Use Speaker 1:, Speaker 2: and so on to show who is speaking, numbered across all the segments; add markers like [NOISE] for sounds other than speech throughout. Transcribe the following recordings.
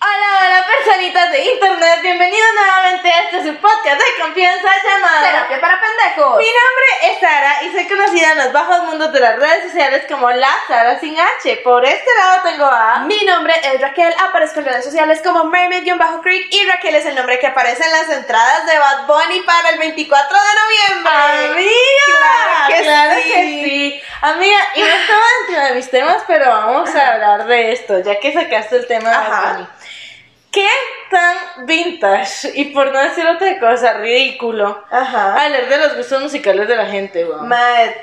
Speaker 1: Hola, hola, personitas de internet. Bienvenidos nuevamente a este su podcast de confianza llamado.
Speaker 2: Terapia para pendejos.
Speaker 1: Mi nombre es Sara y soy conocida en los bajos mundos de las redes sociales como la Sara sin H. Por este lado tengo a.
Speaker 2: Mi nombre es Raquel, aparezco en redes sociales como Mermaid-Creek y Raquel es el nombre que aparece en las entradas de Bad Bunny para el 24 de noviembre.
Speaker 1: Amiga,
Speaker 2: Claro que sí.
Speaker 1: Amiga, y no estaba dentro de mis temas, pero vamos a hablar de esto, ya que sacaste el tema de
Speaker 2: Ajá.
Speaker 1: Bad Bunny. ¿Qué tan vintage? Y por no decir otra cosa, ridículo.
Speaker 2: Ajá.
Speaker 1: Hablar de los gustos musicales de la gente, weón.
Speaker 2: Mae,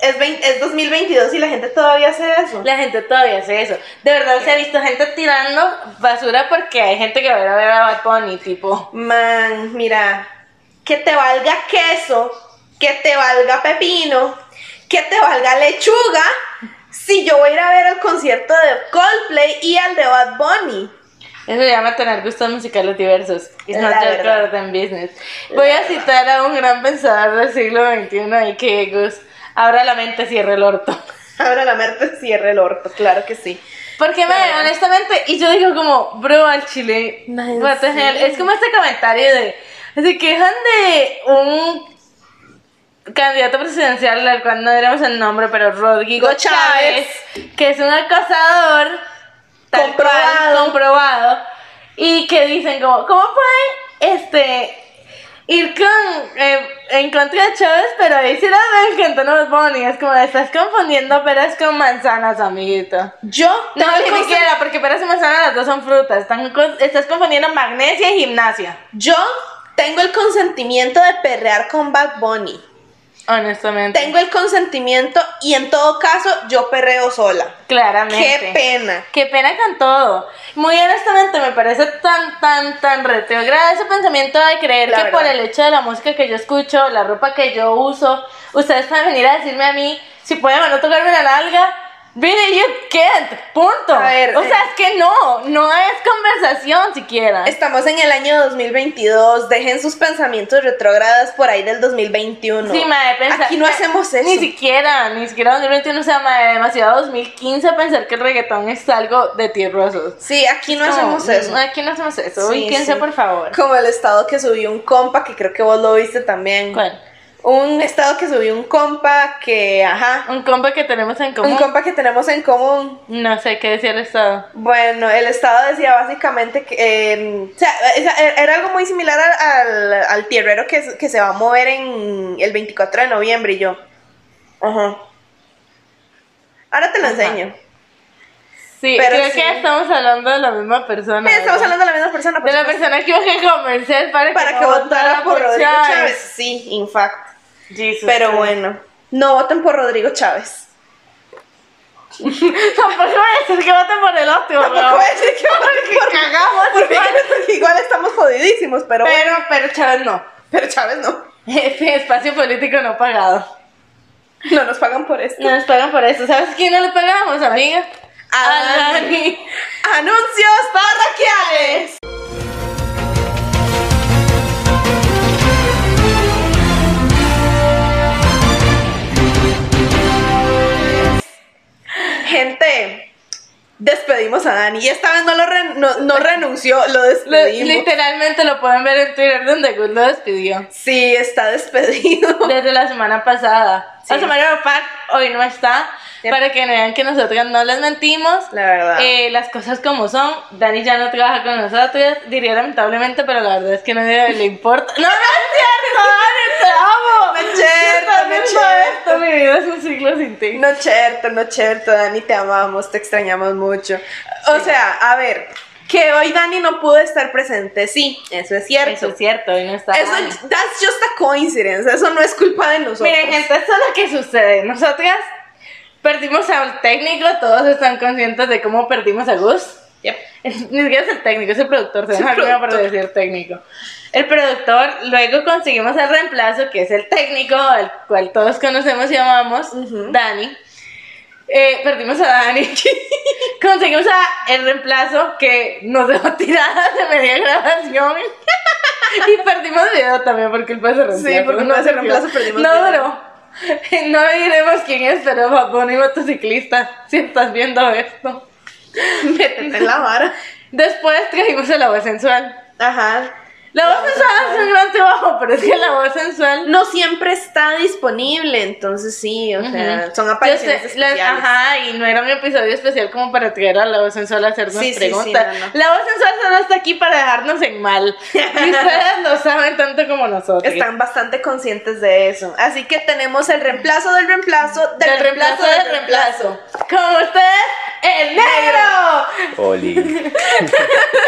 Speaker 2: es, 20 es 2022 y la gente todavía hace eso.
Speaker 1: La gente todavía hace eso. De verdad se ha visto gente tirando basura porque hay gente que va a ir a ver a Bad Bunny, tipo.
Speaker 2: Man, mira, que te valga queso, que te valga pepino, que te valga lechuga, si yo voy a ir a ver el concierto de Coldplay y el de Bad Bunny.
Speaker 1: Eso se llama tener gustos musicales diversos. It's
Speaker 2: La
Speaker 1: not just
Speaker 2: verdad.
Speaker 1: rather than business. Voy a citar a un gran pensador del siglo XXI y que Gus, abra la mente, cierre el orto.
Speaker 2: Ahora la muerte cierra el orto, claro que sí.
Speaker 1: Porque, me,
Speaker 2: Claro.
Speaker 1: honestamente, y yo digo como, bro, al chile,
Speaker 2: Mae,
Speaker 1: what the
Speaker 2: sí.
Speaker 1: hell. es como este comentario de, se quejan de un candidato presidencial al cual no diremos el nombre, pero Rodrigo
Speaker 2: Go Chávez.
Speaker 1: Chávez, que es un acosador tal
Speaker 2: Comprobado.
Speaker 1: cual, comprobado, y que dicen como, ¿cómo pueden, este... Ir con, eh, en contra de Chávez, pero ahí sí la ven cantando Bad Bunny. Es como, estás confundiendo peras con manzanas, amiguito.
Speaker 2: Yo
Speaker 1: No,
Speaker 2: tengo que
Speaker 1: ni
Speaker 2: conse-
Speaker 1: siquiera, porque peras y manzanas las dos son frutas. Están con- estás confundiendo magnesia y gimnasia.
Speaker 2: yo tengo el consentimiento de perrear con Bad Bunny.
Speaker 1: Honestamente.
Speaker 2: Tengo el consentimiento y en todo caso yo perreo sola.
Speaker 1: Claramente.
Speaker 2: Qué pena.
Speaker 1: Qué pena con todo. Muy honestamente, me parece tan, tan, tan retrograda ese pensamiento de creer
Speaker 2: La
Speaker 1: que
Speaker 2: verdad.
Speaker 1: por el hecho de la música que yo escucho, la ropa que yo uso, ustedes pueden venir a decirme a mí si pueden o no tocarme la nalga. Really, you can't. Punto.
Speaker 2: A ver,
Speaker 1: o
Speaker 2: eh.
Speaker 1: sea, es que no, no es conversación siquiera.
Speaker 2: Estamos en el año 2022, dejen sus pensamientos retrógradas por ahí del 2021.
Speaker 1: Sí, madre, pensar-
Speaker 2: Aquí no hacemos eso.
Speaker 1: Ni siquiera, ni siquiera 2021, o sea, madre, demasiado 2015 pensar que el reggaetón es algo de tierrosos.
Speaker 2: Sí, aquí no
Speaker 1: Como,
Speaker 2: hacemos eso.
Speaker 1: mm, Aquí no hacemos eso.
Speaker 2: Sí,
Speaker 1: Ubíquense,
Speaker 2: sí.
Speaker 1: por favor.
Speaker 2: Como el estado que subió un compa, que creo que vos lo viste también.
Speaker 1: ¿Cuál?
Speaker 2: Un estado que subió un compa que, ajá,
Speaker 1: Un compa que tenemos en común.
Speaker 2: un compa que tenemos en común.
Speaker 1: No sé qué decía el estado.
Speaker 2: Bueno, el Estado decía básicamente que. eh, o sea, esa- era algo muy similar al, al, al tierrero que, se- que se va a mover en el 24 de noviembre y yo. Ajá. Ahora te lo
Speaker 1: Ajá.
Speaker 2: enseño.
Speaker 1: Sí,
Speaker 2: Pero
Speaker 1: creo
Speaker 2: sí.
Speaker 1: que estamos hablando de la misma persona.
Speaker 2: Mira, estamos
Speaker 1: ¿verdad?
Speaker 2: hablando de la misma persona. por
Speaker 1: de la
Speaker 2: supuesto.
Speaker 1: persona que iba a comercial para,
Speaker 2: Para
Speaker 1: no
Speaker 2: que votara por Rodrigo Chávez.
Speaker 1: Chávez.
Speaker 2: Sí, in fact.
Speaker 1: Jesus
Speaker 2: Pero
Speaker 1: Christ.
Speaker 2: bueno, no voten por Rodrigo Chávez.
Speaker 1: [LAUGHS] Tampoco voy a decir que voten por el otro,
Speaker 2: Tampoco
Speaker 1: bro.
Speaker 2: voy a decir que
Speaker 1: [LAUGHS]
Speaker 2: voten por
Speaker 1: cagamos
Speaker 2: porque
Speaker 1: igual.
Speaker 2: igual estamos jodidísimos, pero,
Speaker 1: Pero,
Speaker 2: bueno.
Speaker 1: pero Chávez no. [LAUGHS]
Speaker 2: Pero Chávez no.
Speaker 1: Ese espacio político no pagado.
Speaker 2: No nos pagan por esto.
Speaker 1: No nos pagan por eso. ¿Sabes quién no le pagamos, amiga?
Speaker 2: A
Speaker 1: Ah,
Speaker 2: Dani. Anuncios parroquiales. Gente, despedimos a Dani. Y esta vez no lo re- no, no renunció, lo
Speaker 1: Lo-
Speaker 2: despedimos.
Speaker 1: literalmente lo pueden ver en Twitter donde Gus lo despidió.
Speaker 2: Sí, está despedido.
Speaker 1: Desde la semana pasada.
Speaker 2: Sí.
Speaker 1: La semana pasada hoy no está.
Speaker 2: Yep. Ah.
Speaker 1: Para que vean que nosotros no les mentimos.
Speaker 2: [LAUGHS] La verdad.
Speaker 1: Eh, las cosas como son. Dani ya no trabaja con nosotros. Diría lamentablemente, pero la verdad es que no le, le importa. ¡No, no es
Speaker 2: [LAUGHS] No es
Speaker 1: cierto, Dani! ¡Te amo!
Speaker 2: cierto,
Speaker 1: Estás
Speaker 2: no es
Speaker 1: viendo
Speaker 2: cierto.
Speaker 1: esto, Mi vida es un ciclo sin ti.
Speaker 2: No es cierto, no es cierto, Dani, te amamos, te extrañamos mucho. O sea, a ver, que hoy Dani no pudo estar presente, sí, eso es cierto.
Speaker 1: Eso es cierto, hoy no está.
Speaker 2: Eso-
Speaker 1: Dani.
Speaker 2: that's just a coincidence, eso no es culpa de nosotros.
Speaker 1: Miren, gente, esto es lo que sucede. Nosotras Perdimos al técnico, todos están conscientes de cómo perdimos a Gus.
Speaker 2: Yep.
Speaker 1: Ni siquiera es el técnico, es el productor, se
Speaker 2: Es el
Speaker 1: deja alguna por
Speaker 2: productor.
Speaker 1: decir técnico. El productor, luego conseguimos el reemplazo, que es el técnico, al cual todos conocemos y amamos, [LAUGHS]
Speaker 2: Ujú.
Speaker 1: Dani. Eh, perdimos a Dani. [LAUGHS] conseguimos a el reemplazo que nos dejó tiradas de media grabación. [LAUGHS] y perdimos video también por culpa de ese reemplazo.
Speaker 2: Sí, por culpa
Speaker 1: No
Speaker 2: de ese
Speaker 1: sé
Speaker 2: reemplazo
Speaker 1: qué-
Speaker 2: perdimos
Speaker 1: No
Speaker 2: video.
Speaker 1: duró. [LAUGHS] No diremos quién es, pero Bad Bunny motociclista, si estás viendo esto.
Speaker 2: Métete en la vara.
Speaker 1: Después trajimos a la voz sensual.
Speaker 2: Ajá.
Speaker 1: La voz sensual es un gran trabajo, pero es que la voz sensual.
Speaker 2: No siempre está disponible, entonces sí, o sea,
Speaker 1: Ujú.
Speaker 2: son
Speaker 1: Yo
Speaker 2: apariciones
Speaker 1: sé, las-
Speaker 2: especiales.
Speaker 1: ajá, y no era un episodio especial como para traer a la voz sensual a hacernos
Speaker 2: Sí, sí, sí,
Speaker 1: preguntas.
Speaker 2: no, no.
Speaker 1: La voz sensual solo está aquí para dejarnos en
Speaker 2: [LAUGHS]
Speaker 1: mal. Y ustedes lo saben tanto como nosotros.
Speaker 2: Están bastante conscientes de eso. Así que tenemos el reemplazo del reemplazo del,
Speaker 1: del reemplazo del reemplazo. Como ustedes, el negro.
Speaker 3: Oli.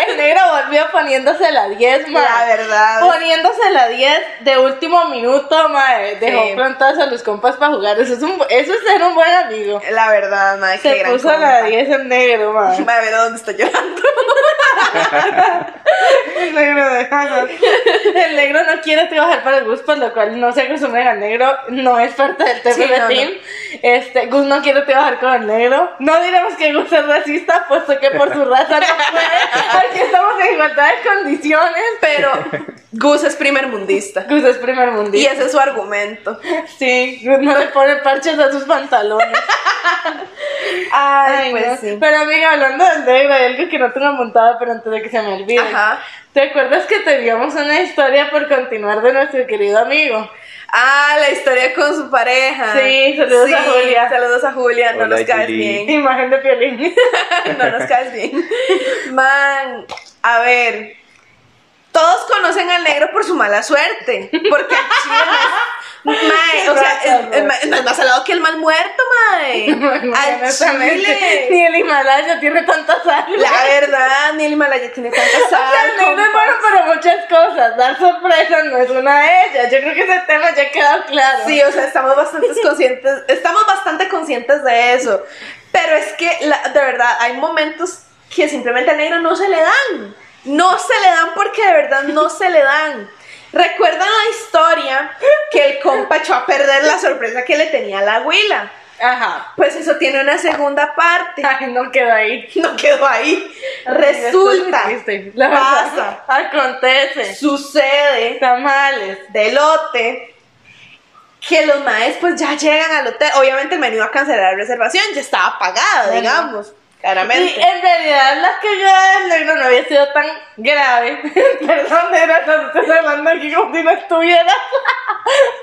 Speaker 1: El negro volvió poniéndose la 10, ma.
Speaker 2: La verdad.
Speaker 1: Poniéndose la 10 de último minuto, madre. Dejó
Speaker 2: Sí.
Speaker 1: plantadas a los compas para jugar. Eso es, un, eso es ser un buen amigo.
Speaker 2: La verdad, madre, qué
Speaker 1: Se
Speaker 2: gran
Speaker 1: puso la
Speaker 2: compa.
Speaker 1: 10 en negro, madre.
Speaker 2: Madre, ¿verdad? ¿dónde
Speaker 1: [LAUGHS]
Speaker 2: está llorando?
Speaker 1: El negro de [LAUGHS] El negro no quiere trabajar para Gus, por lo cual no se acostumbren al negro. No es parte del TPP
Speaker 2: Sí, no, no.
Speaker 1: Team. Este, Gus no quiere trabajar con el negro. No diremos que Gus es racista, puesto que por su raza no puede. Porque estamos en igualdad de condiciones.
Speaker 2: Pero Gus es primer mundista.
Speaker 1: Gus es primer mundista.
Speaker 2: Y ese es su argumento.
Speaker 1: Sí, no le pone parches a
Speaker 2: [LAUGHS]
Speaker 1: sus pantalones. Ay,
Speaker 2: pues
Speaker 1: no.
Speaker 2: sí.
Speaker 1: Pero amiga, hablando del negro, hay algo que no tengo montado, pero antes de que se me olvide.
Speaker 2: Ajá.
Speaker 1: ¿Te acuerdas que teníamos una historia por continuar de nuestro querido amigo?
Speaker 2: Ah, la historia con su pareja.
Speaker 1: Sí, saludos a Julia.
Speaker 2: Saludos a Julia, no
Speaker 3: Hola,
Speaker 2: nos caes
Speaker 3: Juli.
Speaker 2: bien. [LAUGHS]
Speaker 1: Imagen de Piolín. [LAUGHS]
Speaker 2: No nos caes bien. Man, a ver. Todos conocen al negro por su mala suerte. Porque al chile. no es- Mae, o sea, es, es ma- es más salado que el mal muerto, mae.
Speaker 1: [LAUGHS]
Speaker 2: Al
Speaker 1: Honestamente,
Speaker 2: chile.
Speaker 1: Ni el Himalaya tiene tanta sangre.
Speaker 2: La verdad, ni el Himalaya tiene tanta
Speaker 1: [LAUGHS] O sea, el
Speaker 2: sal.
Speaker 1: negro es
Speaker 2: compa.
Speaker 1: bueno para muchas cosas. Dar sorpresas no es una de ellas. Yo creo que ese tema ya quedó claro.
Speaker 2: Sí, o sea, estamos bastante conscientes, estamos bastante conscientes de eso. Pero es que, la- de verdad, hay momentos que simplemente al negro no se le dan. No se le dan porque de verdad no se le dan. Recuerdan la historia que el compa echó a perder la sorpresa que le tenía a la huila.
Speaker 1: Ajá.
Speaker 2: Pues eso tiene una segunda parte.
Speaker 1: Ay, no quedó ahí.
Speaker 2: No quedó ahí.
Speaker 1: Estoy
Speaker 2: Resulta,
Speaker 1: muy triste, la
Speaker 2: pasa,
Speaker 1: verdad. acontece,
Speaker 2: sucede
Speaker 1: tamales.
Speaker 2: de lote que los maes pues ya llegan al hotel. Obviamente el menú iba a cancelar la reservación, ya estaba pagada,
Speaker 1: Bueno.
Speaker 2: digamos,
Speaker 1: Y eh,
Speaker 2: claramente.
Speaker 1: en realidad la cagada del negro no había sido tan grave. [LAUGHS] Perdón, negra, estás estás hablando aquí como si no estuviera. [LAUGHS]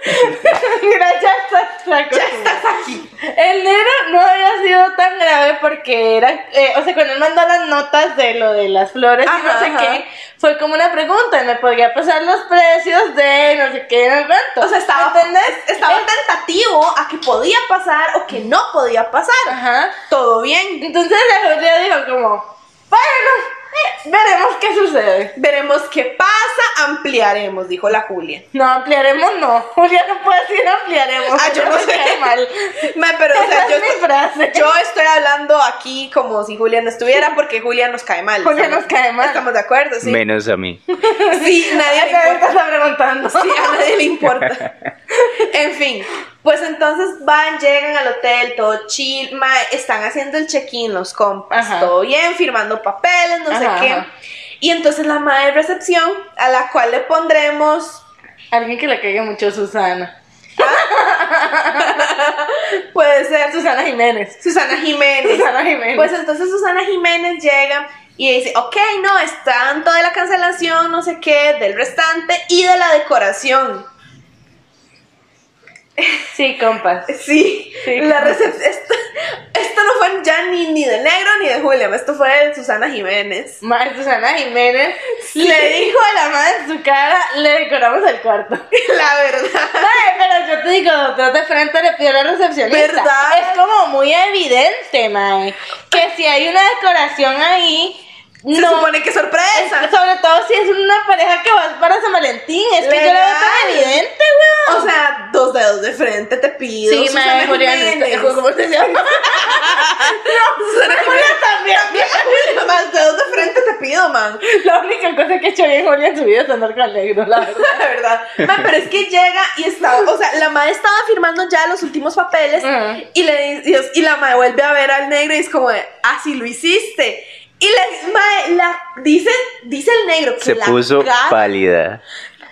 Speaker 1: Mira, ya estás, te
Speaker 2: Ya
Speaker 1: acostumbras.
Speaker 2: estás aquí.
Speaker 1: El negro no había sido tan grave porque era, eh, o sea, cuando él mandó las notas de lo de las flores y
Speaker 2: Ajá,
Speaker 1: no sé
Speaker 2: ajá.
Speaker 1: qué, fue como una pregunta, me podría pasar los precios de no sé qué, no sé cuánto.
Speaker 2: O sea, estaba, estaba
Speaker 1: Eh.
Speaker 2: tentativo a que podía pasar o que no podía pasar.
Speaker 1: Ajá.
Speaker 2: Todo bien.
Speaker 1: Entonces la Julia dijo como, bueno, eh, veremos qué sucede.
Speaker 2: Veremos qué pasa, ampliaremos, dijo la Julia.
Speaker 1: No, ampliaremos no. [LAUGHS] Julia no puede decir ampliaremos.
Speaker 2: Ah, yo no
Speaker 1: me
Speaker 2: sé.
Speaker 1: cae mal.
Speaker 2: Ma, pero [LAUGHS] o sea,
Speaker 1: [LAUGHS] Esa
Speaker 2: yo,
Speaker 1: es mi frase.
Speaker 2: yo estoy hablando aquí como si Julia no estuviera porque Julia nos cae mal.
Speaker 1: Julia
Speaker 2: Estamos-
Speaker 1: nos cae mal.
Speaker 2: Estamos de acuerdo, sí.
Speaker 3: Menos
Speaker 2: [LAUGHS]
Speaker 3: a mí.
Speaker 2: Sí,
Speaker 1: [LAUGHS]
Speaker 2: nadie le
Speaker 1: Acá me
Speaker 2: importa.
Speaker 1: estás preguntando.
Speaker 2: Sí, a nadie le importa.
Speaker 1: [LAUGHS]
Speaker 2: En fin, pues entonces van, llegan al hotel, todo chill, ma, están haciendo el check-in los compas,
Speaker 1: Ajá.
Speaker 2: todo bien, firmando papeles, no
Speaker 1: Ajá,
Speaker 2: sé qué.
Speaker 1: ajá.
Speaker 2: Y entonces la madre de recepción, a la cual le pondremos,
Speaker 1: Alguien que le caiga mucho Susana.
Speaker 2: puede ser Sus-
Speaker 1: Susana Jiménez.
Speaker 2: Susana Jiménez.
Speaker 1: Susana Jiménez.
Speaker 2: Pues entonces Susana Jiménez llega y dice, ok, no, es tanto de la cancelación, no sé qué, del restante y de la decoración.
Speaker 1: sí, compas.
Speaker 2: Sí,
Speaker 1: Sí.
Speaker 2: la recep- Esto, esto no fue ya ni, ni de negro ni de William, esto fue de Susana Jiménez. [LAUGHS]
Speaker 1: Madre Susana Jiménez le dijo a la madre en su cara, le decoramos
Speaker 2: [LAUGHS]
Speaker 1: el cuarto.
Speaker 2: La verdad.
Speaker 1: Madre, pero yo te digo, doctor, de frente le pido a la recepcionista.
Speaker 2: ¿Verdad?
Speaker 1: Es como muy evidente, madre, que si hay una decoración ahí,
Speaker 2: Se
Speaker 1: no
Speaker 2: supone que sorpresa.
Speaker 1: Sobre todo si es una pareja que va para San Valentín. Es que yo la veo tan
Speaker 2: Legal.
Speaker 1: evidente, weón.
Speaker 2: O sea, dos dedos de frente te pido.
Speaker 1: Sí,
Speaker 2: Susana
Speaker 1: madre, Julián.
Speaker 2: Jiménez. [LAUGHS]
Speaker 1: ¿Cómo se llama? en Julia en su vida es andar con negro, la verdad.
Speaker 2: [LAUGHS] La verdad. Ma, pero es que llega y está, o sea, la madre estaba firmando ya los últimos papeles
Speaker 1: Ujú.
Speaker 2: y, le, y, es- y la madre vuelve a ver al negro y es como, de, ah, sí lo hiciste. Y la madre, la, dice, dice el negro que
Speaker 3: Se
Speaker 2: la
Speaker 3: puso
Speaker 2: ca-
Speaker 3: pálida.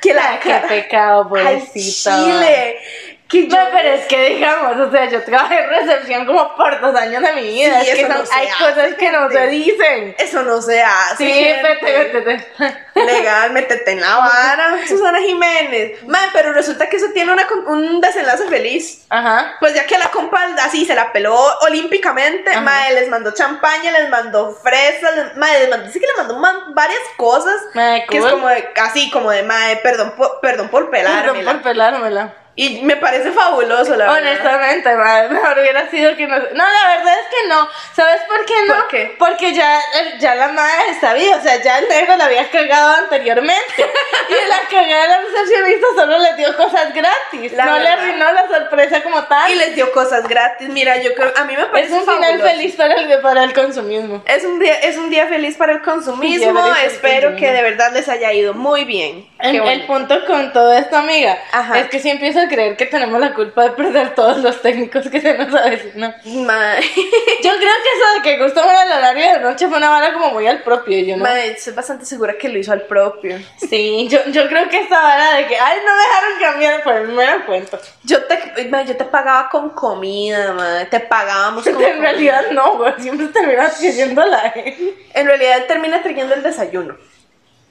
Speaker 2: que la
Speaker 1: Qué
Speaker 2: ca-
Speaker 1: pecado,
Speaker 2: al
Speaker 1: pobrecita.
Speaker 2: chile. Que yo,
Speaker 1: Ma, pero es que digamos, o sea, yo trabajé en recepción como por dos años de mi vida.
Speaker 2: Sí,
Speaker 1: es que
Speaker 2: eso no
Speaker 1: son-
Speaker 2: se
Speaker 1: hay
Speaker 2: hace,
Speaker 1: cosas que no se
Speaker 2: gente.
Speaker 1: dicen.
Speaker 2: eso no se hace.
Speaker 1: Sí,
Speaker 2: gente.
Speaker 1: vete, vete, vete.
Speaker 2: Legal, métete en la vara, Susana Jiménez. Ma, pero resulta que eso tiene una con- un desenlace feliz.
Speaker 1: Ajá.
Speaker 2: Pues ya que la compa así se la peló olímpicamente,
Speaker 1: Ajá.
Speaker 2: mae, les mandó champaña, les mandó fresas, les- mae, les mandó, dice que le mandó man- varias cosas,
Speaker 1: Mae,
Speaker 2: que es
Speaker 1: cool.
Speaker 2: como de- así, como de mae, perdón por, perdón por pelármela.
Speaker 1: Perdón por pelármela.
Speaker 2: Y me parece fabuloso, la verdad.
Speaker 1: Honestamente, madre, mejor hubiera sido que no. No, la verdad es que no. ¿Sabes por qué no?
Speaker 2: ¿Por qué?
Speaker 1: Porque ya, eh, ya la madre está viva, o sea, ya el negro la había cagado anteriormente.
Speaker 2: [LAUGHS]
Speaker 1: y la cagada de la recepcionista solo le dio cosas gratis.
Speaker 2: La
Speaker 1: no le
Speaker 2: verdad.
Speaker 1: arruinó la sorpresa como tal.
Speaker 2: Y les dio cosas gratis, mira, yo creo, a mí me
Speaker 1: es
Speaker 2: parece
Speaker 1: un final
Speaker 2: fabuloso.
Speaker 1: feliz para el, para el consumismo.
Speaker 2: Es un, día, es un día feliz para el
Speaker 1: Un
Speaker 2: consumismo,
Speaker 1: día feliz para el
Speaker 2: espero que
Speaker 1: consumismo.
Speaker 2: de verdad les haya ido muy bien. Qué
Speaker 1: El, el
Speaker 2: bueno.
Speaker 1: punto con todo esto, amiga,
Speaker 2: Ajá.
Speaker 1: es que si empiezo a creer que tenemos la culpa de perder todos los técnicos que se nos avecinan.
Speaker 2: [LAUGHS] Mae,
Speaker 1: Yo creo que eso de que Gustavo era el horario de noche fue una vara como muy al propio, yo no.
Speaker 2: mae, estoy bastante segura que lo hizo al propio.
Speaker 1: Sí, yo, yo creo que esta vara de que, ay, no me dejaron cambiar, pues me lo cuento.
Speaker 2: Yo te, ma, yo te pagaba con comida, ma, te
Speaker 1: [LAUGHS]
Speaker 2: pagábamos con
Speaker 1: En
Speaker 2: comida.
Speaker 1: realidad no, güey, siempre terminas pidiendo la [LAUGHS] gente.
Speaker 2: En realidad él termina trayendo el desayuno.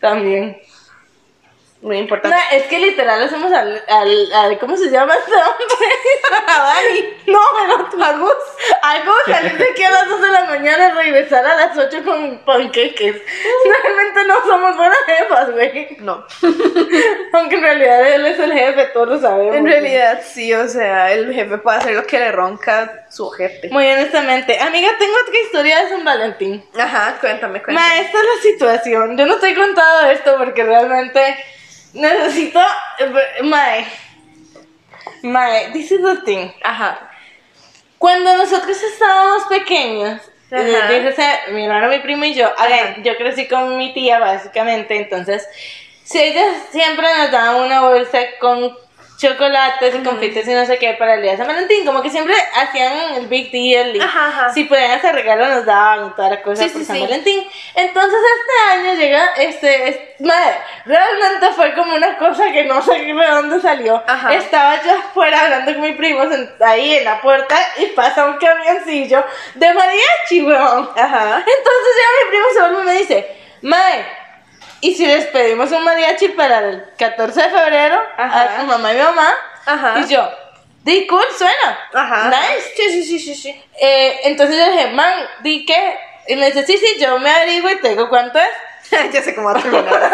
Speaker 1: También.
Speaker 2: Muy
Speaker 1: No,
Speaker 2: importante.
Speaker 1: es que literal hacemos al, al, al- ¿cómo se llama este hombre? [LAUGHS] A Dani. No, el otro, a Gus. A Gus, salir de aquí a las 2 de la mañana y regresar a las 8 con panqueques. Realmente no somos buenas jefas, güey.
Speaker 2: No.
Speaker 1: Aunque en realidad él es el jefe, todos lo sabemos.
Speaker 2: En realidad sí, o sea, el jefe puede hacer lo que le ronca su ojete.
Speaker 1: Muy honestamente, amiga, tengo otra historia de San Valentín.
Speaker 2: Ajá, cuéntame, cuéntame.
Speaker 1: Ma, esta es la situación. Yo no te he contado esto porque realmente necesito. eh, Mae. Mae, this is the thing.
Speaker 2: Ajá.
Speaker 1: Cuando nosotros estábamos pequeños,
Speaker 2: Ajá.
Speaker 1: eh, dígase, mi hermano, mi primo y yo, a ver, yo crecí con mi tía básicamente, entonces, si ella siempre nos daba una bolsa con chocolates y confites y no sé qué para el día de San Valentín, como que siempre hacían el big deal y
Speaker 2: Ajá, ajá.
Speaker 1: si podían hacer regalo nos daban y toda la cosa
Speaker 2: Sí,
Speaker 1: por
Speaker 2: sí,
Speaker 1: San
Speaker 2: sí.
Speaker 1: Valentín. Entonces este año llega, este, es- madre, realmente fue como una cosa que no sé de dónde salió.
Speaker 2: Ajá.
Speaker 1: Es- estaba yo afuera hablando con mi primo sent- ahí en la puerta y pasa un camioncillo de mariachi, weón.
Speaker 2: Ajá.
Speaker 1: Entonces ya mi primo se vuelve y me dice, Mae, ¿y si les pedimos un mariachi para el 14 de febrero
Speaker 2: Ajá.
Speaker 1: a tu mamá y mi mamá?
Speaker 2: Ajá.
Speaker 1: Y yo, di cool, suena.
Speaker 2: Ajá.
Speaker 1: Nice. Sí, sí, sí, sí, sí. Eh, entonces yo dije, man, di qué. Y me dice, sí, sí, yo me averiguo y te digo cuánto es.
Speaker 2: [LAUGHS] ya sé cómo va a
Speaker 1: [LAUGHS]
Speaker 2: terminar.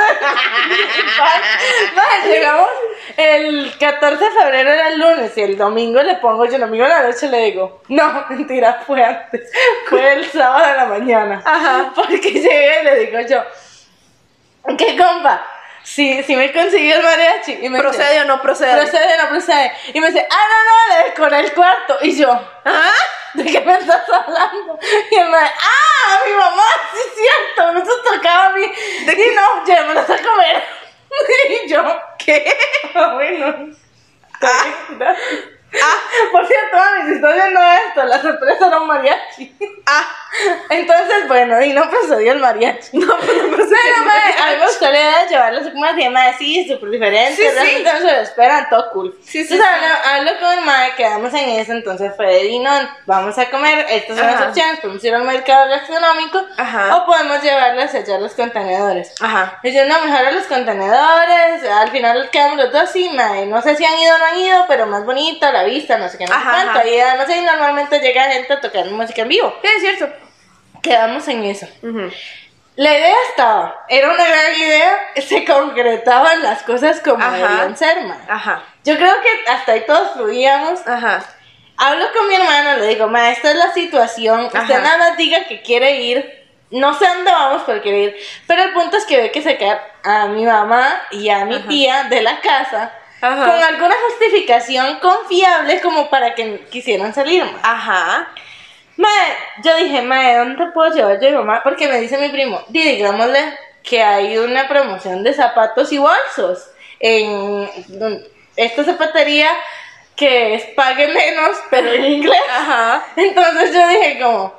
Speaker 1: Mae, llegamos el 14 de febrero era el lunes y el domingo le pongo, yo el domingo a la noche le digo, no, mentira, fue antes, fue el sábado de la mañana.
Speaker 2: Ajá.
Speaker 1: Porque llegué y le digo yo, ¿qué compa? Si, si me consiguió el mariachi y me
Speaker 2: [LAUGHS]
Speaker 1: dice,
Speaker 2: ¿Procede o no procede?
Speaker 1: procede, no procede. Y me dice, ah, no, no, le decoré el cuarto. Y yo,
Speaker 2: ¿Ah?
Speaker 1: ¿De qué me estás hablando? Y el madre, ¡ah! Mi mamá, sí es cierto, no se tocaba a mí. ¿De y no, llévamelas a comer. [LAUGHS] Y yo, ¿qué? [LAUGHS] Bueno.
Speaker 2: Ah.
Speaker 1: Por cierto, mami, si estás viendo esto, la sorpresa era un mariachi. [LAUGHS]
Speaker 2: Ah. [LAUGHS]
Speaker 1: Entonces, bueno, y no procedió el mariachi. [LAUGHS]
Speaker 2: No, no procede.
Speaker 1: Pero, madre, a mí me gustaría llevarlos a comer y madre, sí, es súper diferente.
Speaker 2: ah, Sí, sí.
Speaker 1: realmente no se lo esperan, todo cool.
Speaker 2: Sí, sí,
Speaker 1: Entonces,
Speaker 2: sí.
Speaker 1: Hablo, hablo con el madre, quedamos en eso, entonces fue de Dino, vamos a comer, estas son las
Speaker 2: Ajá.
Speaker 1: opciones, podemos ir al mercado gastronómico
Speaker 2: Ajá.
Speaker 1: o podemos llevarlas allá a los contenedores.
Speaker 2: Ajá.
Speaker 1: Y yo, no, mejor a los contenedores, al final quedamos los dos y madre, no sé si han ido o no han ido, pero más bonito, la vista, no sé qué, no sé
Speaker 2: Ajá,
Speaker 1: cuánto.
Speaker 2: ajá.
Speaker 1: Y además ahí normalmente llega gente a tocar música en vivo.
Speaker 2: Sí, es cierto.
Speaker 1: Quedamos en eso.
Speaker 2: Ujú.
Speaker 1: La idea estaba, era una gran idea, se concretaban las cosas como
Speaker 2: Ajá.
Speaker 1: debían ser, ma.
Speaker 2: Ajá.
Speaker 1: Yo creo que hasta ahí todos fluíamos.
Speaker 2: Ajá.
Speaker 1: Hablo con mi hermano, le digo, ma, esta es la situación,
Speaker 2: Ajá.
Speaker 1: usted nada más diga que quiere ir, no sé a dónde vamos por querer ir, pero el punto es que ve que sacar a mi mamá y a mi
Speaker 2: Ajá.
Speaker 1: tía de la casa
Speaker 2: Ajá.
Speaker 1: con alguna justificación confiable como para que quisieran salir, ma.
Speaker 2: Ajá.
Speaker 1: Mae, yo dije, mae, ¿dónde puedo llevar yo a mi mamá? Porque me dice mi primo, di, digámosle que hay una promoción de zapatos y bolsos en esta zapatería que es pague menos, pero en inglés.
Speaker 2: Ajá.
Speaker 1: Entonces yo dije como,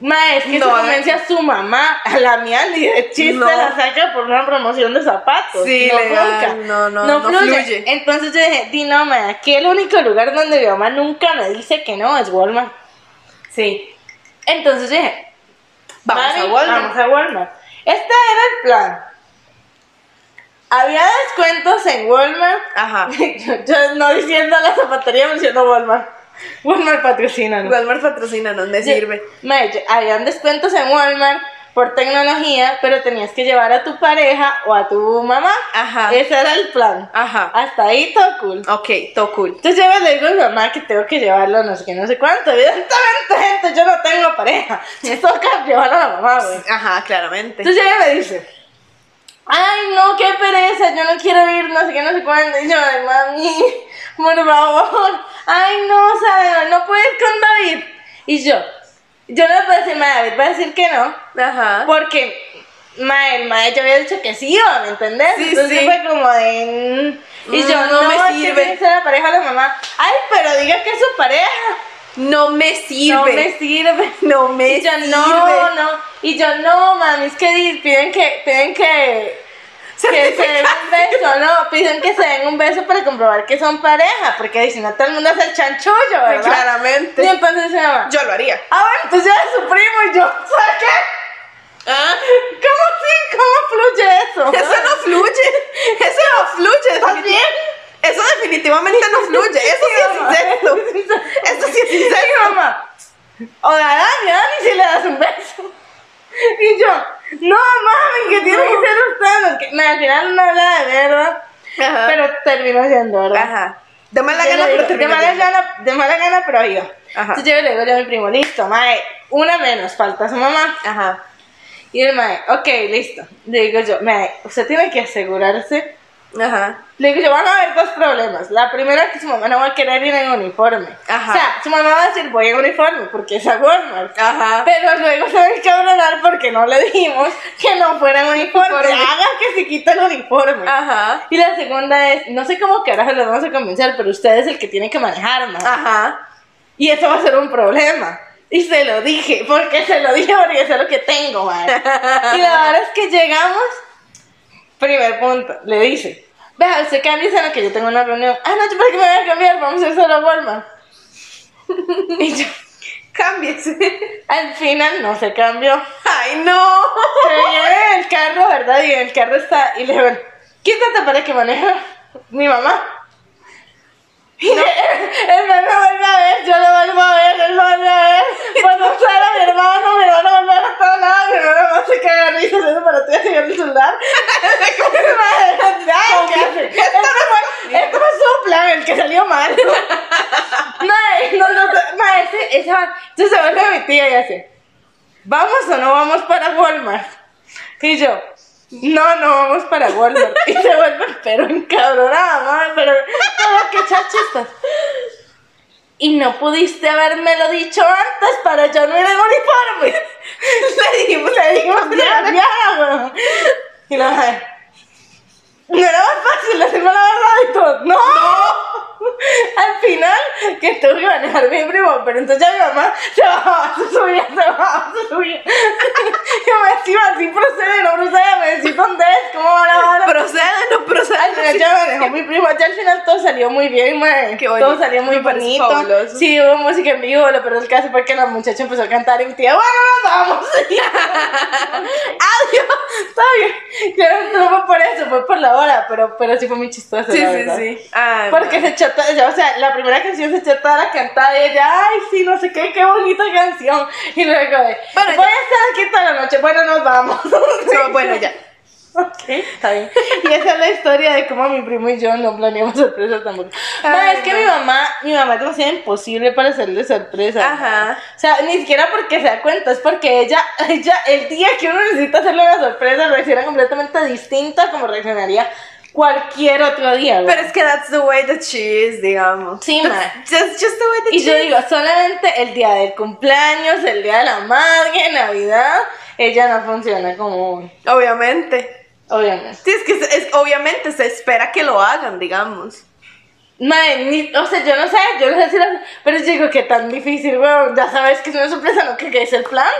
Speaker 1: ma, es que
Speaker 2: No,
Speaker 1: su
Speaker 2: eh.
Speaker 1: convencia su mamá, a la mía ni de chiste
Speaker 2: No.
Speaker 1: la saca por una promoción de zapatos.
Speaker 2: Sí,
Speaker 1: no
Speaker 2: legal,
Speaker 1: nunca.
Speaker 2: no, no, no fluye.
Speaker 1: Entonces yo dije, di no, ma, aquí el único lugar donde mi mamá nunca me dice que no es Walmart.
Speaker 2: Sí.
Speaker 1: Entonces dije,
Speaker 2: Vamos
Speaker 1: Mami,
Speaker 2: a Walmart.
Speaker 1: Vamos a Walmart. Este era el plan. Había descuentos en Walmart. [LAUGHS]
Speaker 2: [LAUGHS] Ajá.
Speaker 1: Yo, yo no diciendo la zapatería, menciono Walmart. Walmart patrocina.
Speaker 2: Walmart patrocínanos, me sirve.
Speaker 1: habían descuentos en Walmart por tecnología, pero tenías que llevar a tu pareja o a tu mamá.
Speaker 2: Ajá.
Speaker 1: Ese era el plan.
Speaker 2: Ajá.
Speaker 1: Hasta ahí todo cool.
Speaker 2: Ok, todo cool.
Speaker 1: Entonces yo le digo a mi mamá que tengo que llevarlo no sé qué, no sé cuánto. Evidentemente, [LAUGHS] gente, yo no tengo pareja. Me toca llevarlo a la mamá, güey.
Speaker 2: Ajá, claramente.
Speaker 1: Entonces ella me dice, Este. ay no, qué pereza, yo no quiero ir, no sé qué, no sé cuándo. Y yo, ay mami, [LAUGHS] por favor, ay no, o sea, no puedes con David. Y yo, yo no le puedo decir, "Ma, David va a decir que no,
Speaker 2: Ajá.
Speaker 1: pues, porque ma, el mae yo había dicho que sí iba, ¿me entendés?
Speaker 2: Sí,
Speaker 1: Entonces
Speaker 2: sí.
Speaker 1: fue como de... mm. Y
Speaker 2: Mm,
Speaker 1: yo,
Speaker 2: no
Speaker 1: no,
Speaker 2: me
Speaker 1: es que
Speaker 2: sirve".
Speaker 1: tiene que ser la pareja de la mamá. Ay, pero diga que es su pareja.
Speaker 2: No me sirve.
Speaker 1: No me sirve.
Speaker 2: No me
Speaker 1: Y yo,
Speaker 2: sirve.
Speaker 1: no, no. Y yo, no, mami, es que di- piden que, piden que, que se den un beso, no, piden que se den un beso para comprobar que son pareja, porque dicen, no, todo el mundo hace el chanchullo, ¿verdad?
Speaker 2: Claramente.
Speaker 1: Y entonces se llama,
Speaker 2: Yo lo haría.
Speaker 1: Pues ah, bueno, entonces era su primo y yo, ¿sabes qué?
Speaker 2: Ah,
Speaker 1: ¿Cómo sí? ¿Cómo fluye eso? [LAUGHS]
Speaker 2: Eso no fluye. Eso no fluye.
Speaker 1: ¿Estás bien?
Speaker 2: Eso definitivamente no fluye. Eso sí es
Speaker 1: mamá.
Speaker 2: incesto. Eso sí es
Speaker 1: Y
Speaker 2: incesto.
Speaker 1: mi mamá, o a Dani, a Dani si le das un beso. [LAUGHS] Y yo, no, mami, que tiene que ser usted, porque me, al final no habla de verdad.
Speaker 2: Ajá.
Speaker 1: Pero terminó siendo, ¿verdad?
Speaker 2: Ajá. De mala
Speaker 1: Yo
Speaker 2: gana,
Speaker 1: le
Speaker 2: pero
Speaker 1: digo, de
Speaker 2: termina
Speaker 1: mala
Speaker 2: bien.
Speaker 1: gana, de mala gana, pero iba.
Speaker 2: Ajá.
Speaker 1: Entonces yo le digo yo a mi primo, listo, mae, una menos, falta su mamá.
Speaker 2: Ajá.
Speaker 1: Y el mae, ok, listo. Le digo yo, mae, usted tiene que asegurarse.
Speaker 2: Ajá.
Speaker 1: Le digo yo, van a haber dos problemas. La primera es que su mamá no va a querer ir en uniforme.
Speaker 2: Ajá.
Speaker 1: O sea, su mamá va a decir, voy en uniforme, porque es a Walmart.
Speaker 2: Ajá.
Speaker 1: Pero luego se va a encabronar porque no le dijimos que no fuera en uniforme.
Speaker 2: Uniforme.
Speaker 1: Haga que se quita el uniforme.
Speaker 2: Ajá.
Speaker 1: Y la segunda es, no sé cómo carajo los vamos a convencer, pero usted es el que tiene que manejar, ma.
Speaker 2: Ajá.
Speaker 1: Y eso va a ser un problema. Y se lo dije, porque se lo dije porque eso es lo que tengo, ma. Y la verdad es que llegamos, primer punto, le dice, vea, usted cámbiese en lo que yo tengo una reunión. Ah, no, yo para qué me voy a cambiar, vamos a ir solo a Walmart. [LAUGHS] y yo,
Speaker 2: Cámbiese.
Speaker 1: al final no se cambió.
Speaker 2: Ay,
Speaker 1: [LAUGHS]
Speaker 2: no.
Speaker 1: Se veía en el carro, ¿verdad? Y en el carro está, y le digo, quítate para que maneje mi mamá. Y [LAUGHS] él, él me vuelve a ver, yo lo vuelvo a ver, él lo vuelve a ver. Cuando [LAUGHS] sale a mi hermano, mi hermano vuelve a ver hasta nada, mi hermano más se caga de risa, haciendo para ti, señor el [LAUGHS] celular. Ay, ¿qué hace? Esto no fue, esto fue su plan, el que salió [LAUGHS] mal. Mae, no, no, no, mae, ese- esa, entonces se vuelve mi tía y hace, ¿vamos o no vamos para Walmart? Y yo, no, no vamos para Walmart. [LAUGHS] Y se vuelve pero encabronada, mae, pero, pero qué chachistas. Y no pudiste habérmelo dicho antes para yo no ir en uniforme. [LAUGHS] Le dijimos, le dijimos, ya, ya, weón. Y la madre, no era más fácil decirme la verdad y todo. ¡No! [LAUGHS] Al final, que tuve que manejar mi primo, pero entonces ya mi mamá se bajaba, se subía, se bajaba, se subía. [LAUGHS] Yo me decía, así procede, no procede, me decís dónde es, cómo va la vara.
Speaker 2: Proceda, no
Speaker 1: Al final
Speaker 2: proceda.
Speaker 1: ya manejó mi primo, ya al final todo salió muy bien, mae.
Speaker 2: Qué bonito.
Speaker 1: Todo salió muy
Speaker 2: Me parece
Speaker 1: bonito.
Speaker 2: fabuloso.
Speaker 1: Sí, hubo música en vivo, lo peor del caso fue que la muchacha empezó a cantar y mi tía, bueno, nos vamos. [LAUGHS] Adiós, está bien. Yo no fue por eso, fue por la hora, pero, pero sí fue muy chistoso.
Speaker 2: Sí,
Speaker 1: la
Speaker 2: sí,
Speaker 1: verdad.
Speaker 2: sí. Ah, Ay,
Speaker 1: Porque se echó, to- ya, o sea, la primera canción se echó toda la cantada y ella, ay, sí, no sé qué, qué bonita canción. Y luego de,
Speaker 2: Bueno,
Speaker 1: voy
Speaker 2: ya.
Speaker 1: a estar aquí toda la noche, bueno, nos vamos.
Speaker 2: [LAUGHS]
Speaker 1: [LAUGHS]
Speaker 2: No, bueno, ya.
Speaker 1: Ok, está bien. Y esa es la historia de cómo mi primo y yo no planeamos sorpresas tampoco.
Speaker 2: Ay,
Speaker 1: Ma, es que
Speaker 2: no.
Speaker 1: mi mamá, mi mamá es demasiado imposible para hacerle sorpresa.
Speaker 2: Ajá.
Speaker 1: ma. O sea, ni siquiera porque se da cuenta, es porque ella, ella, el día que uno necesita hacerle una sorpresa, reacciona completamente distinta a como reaccionaría cualquier otro día. güey.
Speaker 2: Pero es que that's the way that she is, digamos.
Speaker 1: Sí, ma.
Speaker 2: That's Just, just the way that
Speaker 1: Y
Speaker 2: she
Speaker 1: yo digo, solamente el día del cumpleaños, el día de la madre, Navidad ella no funciona como,
Speaker 2: Obviamente.
Speaker 1: obviamente.
Speaker 2: Sí, es que es- es- obviamente se espera que lo hagan, digamos. [LAUGHS]
Speaker 1: Mae, ni- o sea, yo no sé, yo no sé si lo pero yo digo que tan difícil, weón, ya sabes que es una sorpresa, no que que es el plan. [LAUGHS]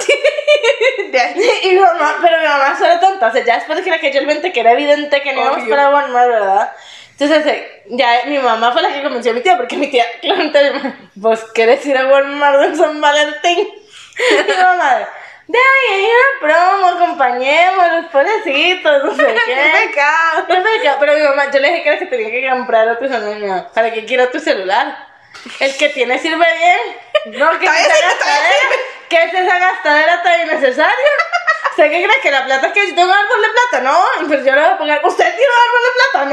Speaker 2: De ahí- [LAUGHS]
Speaker 1: y mi mamá, pero mi mamá solo era tonta, o sea, ya después de que era que yo el 20, que era evidente que no íbamos
Speaker 2: Obvio.
Speaker 1: para Walmart, ¿verdad? Entonces, eh, ya mi mamá fue la que convenció a mi tía, porque mi tía, claramente, [LAUGHS] vos querés ir a Walmart en San Valentín. y mi mamá, de ahí hay una promo, acompañemos los pobrecitos, no
Speaker 2: [LAUGHS]
Speaker 1: sé
Speaker 2: ¡Qué
Speaker 1: qué.
Speaker 2: pecado!
Speaker 1: No me queda- Pero mi mamá, yo le dije que era que tenía que comprar otro celular. y mi mamá, ¿Para qué quiero tu celular? El que tiene sirve bien. No, que
Speaker 2: Todavía
Speaker 1: esa
Speaker 2: sirve, todavía
Speaker 1: gastadera.
Speaker 2: sirve.
Speaker 1: ¿Qué es esa gastadera tan innecesaria? ¿Usted qué cree que la plata que yo tengo árbol de plata? No. Y Pues yo le voy a poner, ¿usted tiene árbol de plata?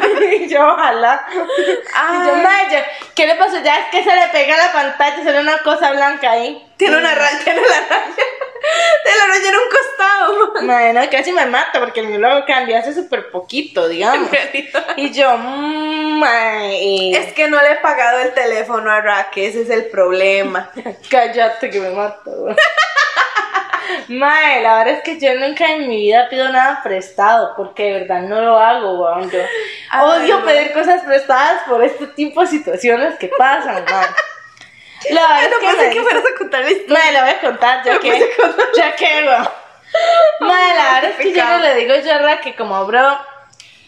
Speaker 1: No. [LAUGHS] y yo, ojalá. Y yo,
Speaker 2: Ay.
Speaker 1: Maya, ¿qué le pasó? Ya es que se le pega la pantalla, sale una cosa blanca ahí.
Speaker 2: Tiene una raya, tiene la raya. [LAUGHS] Tiene la raya en un costado.
Speaker 1: Bueno, casi me mata porque el mío lo cambié hace súper poquito, digamos.
Speaker 2: En realidad.
Speaker 1: Y yo, mm, mae,
Speaker 2: Es que no le he pagado el teléfono a Raque, ese es el problema.
Speaker 1: [LAUGHS] cállate que me mato. [LAUGHS] güey. Mae, la verdad es que yo nunca en mi vida pido nada prestado, porque de verdad no lo hago, weón. Yo
Speaker 2: Ay,
Speaker 1: odio
Speaker 2: no.
Speaker 1: pedir cosas prestadas por este tipo de situaciones que pasan, mae.
Speaker 2: [LAUGHS]
Speaker 1: La verdad
Speaker 2: Ay, no
Speaker 1: es que,
Speaker 2: pensé
Speaker 1: mae,
Speaker 2: que fueras a contar la historia.
Speaker 1: Mae, la voy a contar, ya
Speaker 2: Lo
Speaker 1: que.
Speaker 2: puse con-
Speaker 1: Ya que, weón. Mae, la verdad es que yo no le digo yo a Ra que como, bro,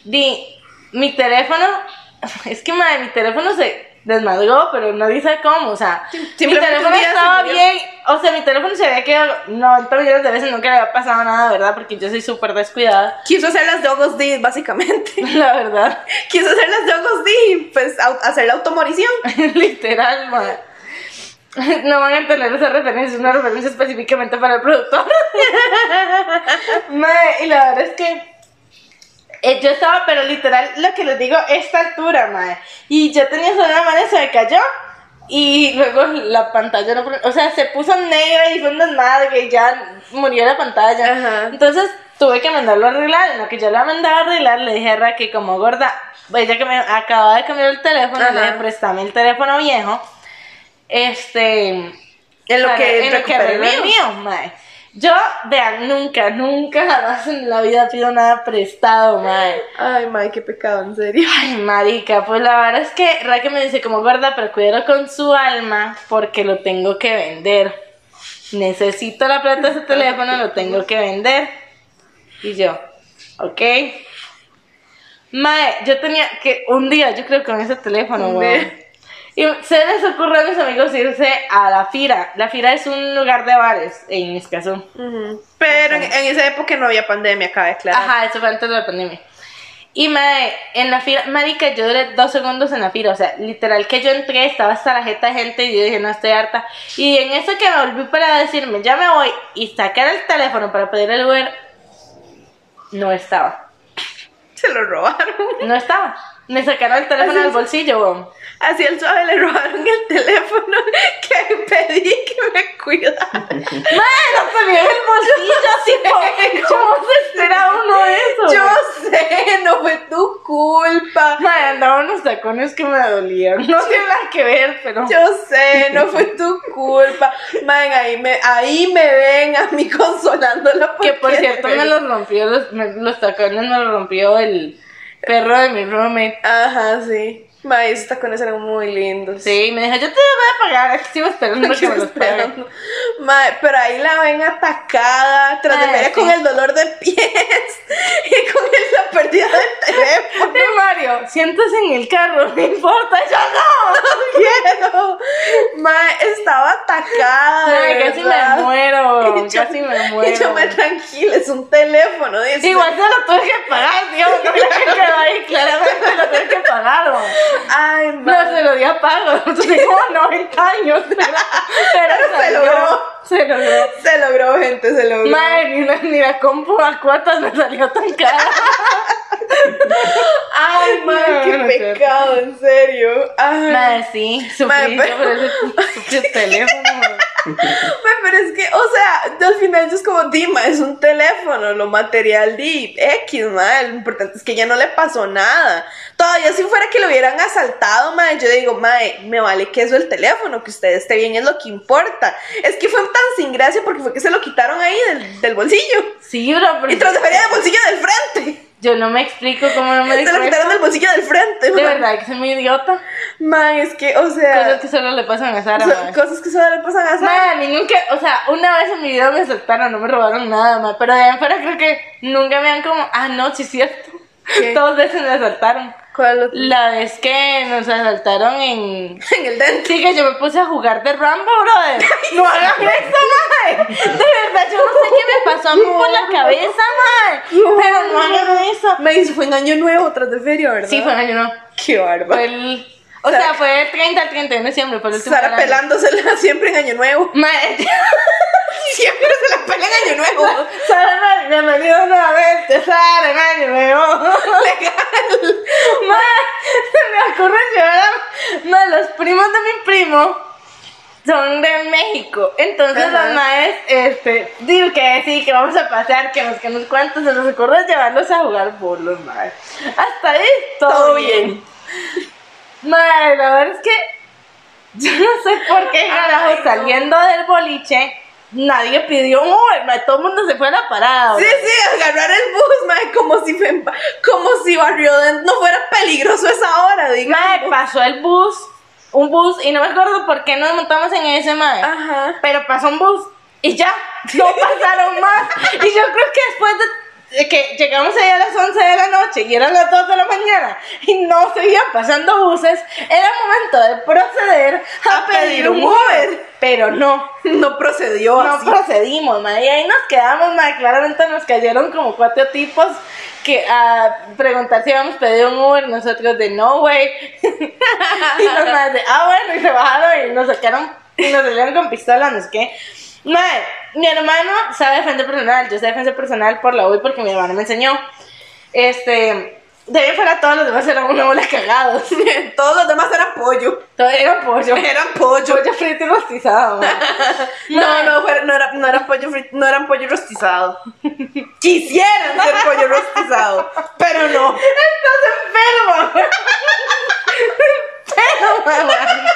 Speaker 1: di, mi teléfono. Es que, madre, mi teléfono se desmadró, pero nadie sabe cómo, o sea. Mi
Speaker 2: simplemente
Speaker 1: teléfono
Speaker 2: un día se
Speaker 1: estaba
Speaker 2: murió.
Speaker 1: bien, o sea, mi teléfono se había quedado 90 millones de veces, nunca le había pasado nada, ¿verdad? Porque yo soy súper descuidada, [LAUGHS]
Speaker 2: Quiso hacer las Dogos D, básicamente. [LAUGHS]
Speaker 1: la verdad.
Speaker 2: Quiso hacer las Dogos D y pues au- hacer la automorición.
Speaker 1: [LAUGHS] Literal, madre. No van a entender esa referencia, es una referencia específicamente para el productor. [LAUGHS] Mae, y la verdad es que eh, yo estaba, pero literal, lo que les digo, esta altura, mae. Y yo tenía solo una mano, se me cayó. Y luego la pantalla no. O sea, se puso negra y fue un desmadre que ya murió la pantalla.
Speaker 2: Ajá.
Speaker 1: Entonces tuve que mandarlo a arreglar. En lo que yo la mandaba a arreglar, le dije a Ra que como gorda, ella que me acababa de cambiar el teléfono, le dije,
Speaker 2: Ajá.
Speaker 1: préstame el teléfono viejo. Este.
Speaker 2: En lo
Speaker 1: Para-
Speaker 2: que
Speaker 1: en lo que
Speaker 2: recuperé el
Speaker 1: arreglo el
Speaker 2: mío.
Speaker 1: mío, mae. Yo, vean, nunca, nunca [LAUGHS] jamás en la vida pido nada prestado, mae.
Speaker 2: Ay, madre, qué pecado, en serio. [LAUGHS]
Speaker 1: Ay, marica, pues la verdad es que Raquel me dice como guarda, pero cuídalo con su alma porque lo tengo que vender. Necesito la plata de ese teléfono, lo tengo que vender. Y yo, ok. Mae, yo tenía que un día, yo creo que con ese teléfono,
Speaker 2: Un
Speaker 1: weón.
Speaker 2: día.
Speaker 1: Y se les ocurrió a mis amigos irse a la Fira. La Fira es un lugar de bares en Escazú.
Speaker 2: Pero en, en esa época no había pandemia, acaba de aclarar.
Speaker 1: Ajá, eso fue antes de la pandemia. Y mae, en la fila, marica, yo duré dos segundos en la fila, o sea, literal que yo entré, estaba hasta la jeta de gente y yo dije, no estoy harta. Y en eso que me volví para decirme, ya me voy, y sacar el teléfono para pedir el Uber, no estaba.
Speaker 2: Se lo robaron. [LAUGHS]
Speaker 1: No estaba. Me sacaron el teléfono del bolsillo, weón.
Speaker 2: Así el suave le robaron el teléfono [LAUGHS] que pedí que me cuidara. Ah,
Speaker 1: Mae, lo salió del bolsillo, [LAUGHS] tipo, ¿cómo se espera uno de eso?
Speaker 2: Yo
Speaker 1: weón?
Speaker 2: sé, no fue tu culpa.
Speaker 1: Mae, andaba unos tacones que me dolían, no tiene nada que ver, pero...
Speaker 2: Yo sé, no fue tu culpa. Man, ahí me, ahí me ven a mí [LAUGHS] consolándola.
Speaker 1: Que
Speaker 2: [LAUGHS]
Speaker 1: por
Speaker 2: porque-
Speaker 1: cierto me los rompió, los, me- los tacones me los rompió el perro de mi roommate.
Speaker 2: Ajá, sí. Ma, esos tacones eran muy lindos. [LAUGHS]
Speaker 1: Sí, y me dijo, yo te los voy a pagar, aquí sigo esperando que me los paguen.
Speaker 2: Esperando. Ma, pero ahí la ven atacada, tras de
Speaker 1: Ah,
Speaker 2: media
Speaker 1: sí.
Speaker 2: con el dolor de pies [LAUGHS] y con el- la pérdida del teléfono.
Speaker 1: De Mario, siéntese en el carro, no importa, yo no.
Speaker 2: Quiero. Ma, estaba atacada. de
Speaker 1: Ay, casi
Speaker 2: verdad.
Speaker 1: me muero,
Speaker 2: Y yo-
Speaker 1: casi me
Speaker 2: Y [LAUGHS] yo
Speaker 1: muero.
Speaker 2: me tranquila, es un teléfono. dice.
Speaker 1: Igual se lo tuve que pagar, tío, no me la quedó ahí, claramente lo tuve que pagar. ¿no?
Speaker 2: Ay, ma.
Speaker 1: No, se lo di a pago, [LAUGHS] entonces como 90 años, pero, pero
Speaker 2: [LAUGHS] Se
Speaker 1: salió,
Speaker 2: logró.
Speaker 1: Se logró.
Speaker 2: Se logró, gente, se logró.
Speaker 1: Madre, ni la, ni la compu a cuotas me salió tan cara.
Speaker 2: [LAUGHS] Ay, madre,
Speaker 1: No, no es
Speaker 2: qué
Speaker 1: cierto.
Speaker 2: pecado, en serio. Ay.
Speaker 1: Madre, sí, sufrí
Speaker 2: Madre,
Speaker 1: [LAUGHS] yo por ese pinche teléfono.
Speaker 2: Mae, pero es que, o sea, al final eso es como, Dima, es un teléfono, lo material de X, mae, lo importante es que ya no le pasó nada. Todavía si fuera que lo hubieran asaltado, mae, yo digo, mae, me vale que eso el teléfono, que usted esté bien es lo que importa. Es que fue tan sin gracia porque fue que se lo quitaron ahí del, del bolsillo.
Speaker 1: Sí, bro, pero
Speaker 2: Y transfería del bolsillo del frente.
Speaker 1: yo no me explico cómo no me
Speaker 2: pues, Se lo
Speaker 1: distraje.
Speaker 2: quitaron del bolsillo del frente,
Speaker 1: De
Speaker 2: mae.
Speaker 1: verdad que soy muy idiota.
Speaker 2: Mae, es que, o sea,
Speaker 1: Cosas que solo le pasan a Sara,
Speaker 2: son
Speaker 1: man.
Speaker 2: cosas que solo le pasan a Sara.
Speaker 1: Man, a mí nunca, o sea, una vez en mi vida me asaltaron, no me robaron nada, man. Pero de ahí en fuera creo que nunca me han como, ah, no, sí es cierto.
Speaker 2: ¿Qué?
Speaker 1: Dos veces me asaltaron.
Speaker 2: ¿Cuál otro?
Speaker 1: La vez que nos asaltaron en...
Speaker 2: [LAUGHS] En el dente.
Speaker 1: Sí, que yo me puse a jugar de Rambo, brother. [LAUGHS] No
Speaker 2: [LAUGHS]
Speaker 1: hagas eso, mae. De verdad, yo no sé qué me pasó a mí por la cabeza, mae. Pero no hagan eso.
Speaker 2: Me dice, fue en año nuevo tras de feria, ¿verdad?
Speaker 1: Sí, fue en año nuevo.
Speaker 2: Qué bárbaro.
Speaker 1: Fue el... O sea, fue el 30 al 31 de diciembre, fue el último del
Speaker 2: Sara
Speaker 1: año.
Speaker 2: pelándosela [LAUGHS] siempre en año nuevo.
Speaker 1: [LAUGHS] Mae,
Speaker 2: Siempre se la pela en año nuevo.
Speaker 1: Sara, mae, bienvenido nuevamente, Sara, en año nuevo. Legal. Mae, se me ocurre llevar a... Mae, los primos de mi primo... son de México. Entonces
Speaker 2: Ajá.
Speaker 1: los maes, este, digo que sí, que vamos a pasear, que nos que nos cuantos, se nos ocurre llevarlos a jugar bolos, mae. Hasta ahí, todo,
Speaker 2: Todo
Speaker 1: bien.
Speaker 2: bien.
Speaker 1: Mae, la verdad es que yo no sé por qué carajo saliendo del boliche. Nadie pidió un Uber, mae, todo el mundo se fue a la parada.
Speaker 2: Sí,
Speaker 1: mae.
Speaker 2: sí, agarrar el bus, mae, como si, fue- como si Barrio Dent no fuera peligroso esa hora, diga.
Speaker 1: Mae, pasó el bus, un bus, y no me acuerdo por qué nos montamos en ese, mae.
Speaker 2: Ajá.
Speaker 1: pero pasó un bus y ya, [LAUGHS] no pasaron más. Y yo creo que después de- de que llegamos ahí a las 11 de la noche y eran las 2 de la mañana y no seguían pasando buses, era momento de proceder a,
Speaker 2: A
Speaker 1: pedir, un Uber. Pero no,
Speaker 2: No procedió
Speaker 1: no
Speaker 2: así.
Speaker 1: procedimos, ma, y ahí nos quedamos, ma, claramente nos cayeron como cuatro tipos que a preguntar si habíamos pedido un Uber, nosotros de no way, [LAUGHS] y los más de ah bueno, y se bajaron y nos sacaron, y nos salieron con pistola, no sé qué. Mae, mi hermano sabe defensa personal, yo sé defensa personal por la UI porque mi hermano me enseñó. Este, de ahí fuera todos los demás eran una bola de cagados.
Speaker 2: [LAUGHS]
Speaker 1: [LAUGHS]
Speaker 2: Todos los demás eran pollo.
Speaker 1: Todo era pollo,
Speaker 2: Eran pollo.
Speaker 1: pollo frito y rostizado, ma.
Speaker 2: [LAUGHS] No,
Speaker 1: Mae.
Speaker 2: no, fue- no, era, no, era pollo frit- no eran pollo rostizado. Quisieran ser pollo rostizado, pero no.
Speaker 1: ¡Estás enfermo! ¡Enfermo, marica!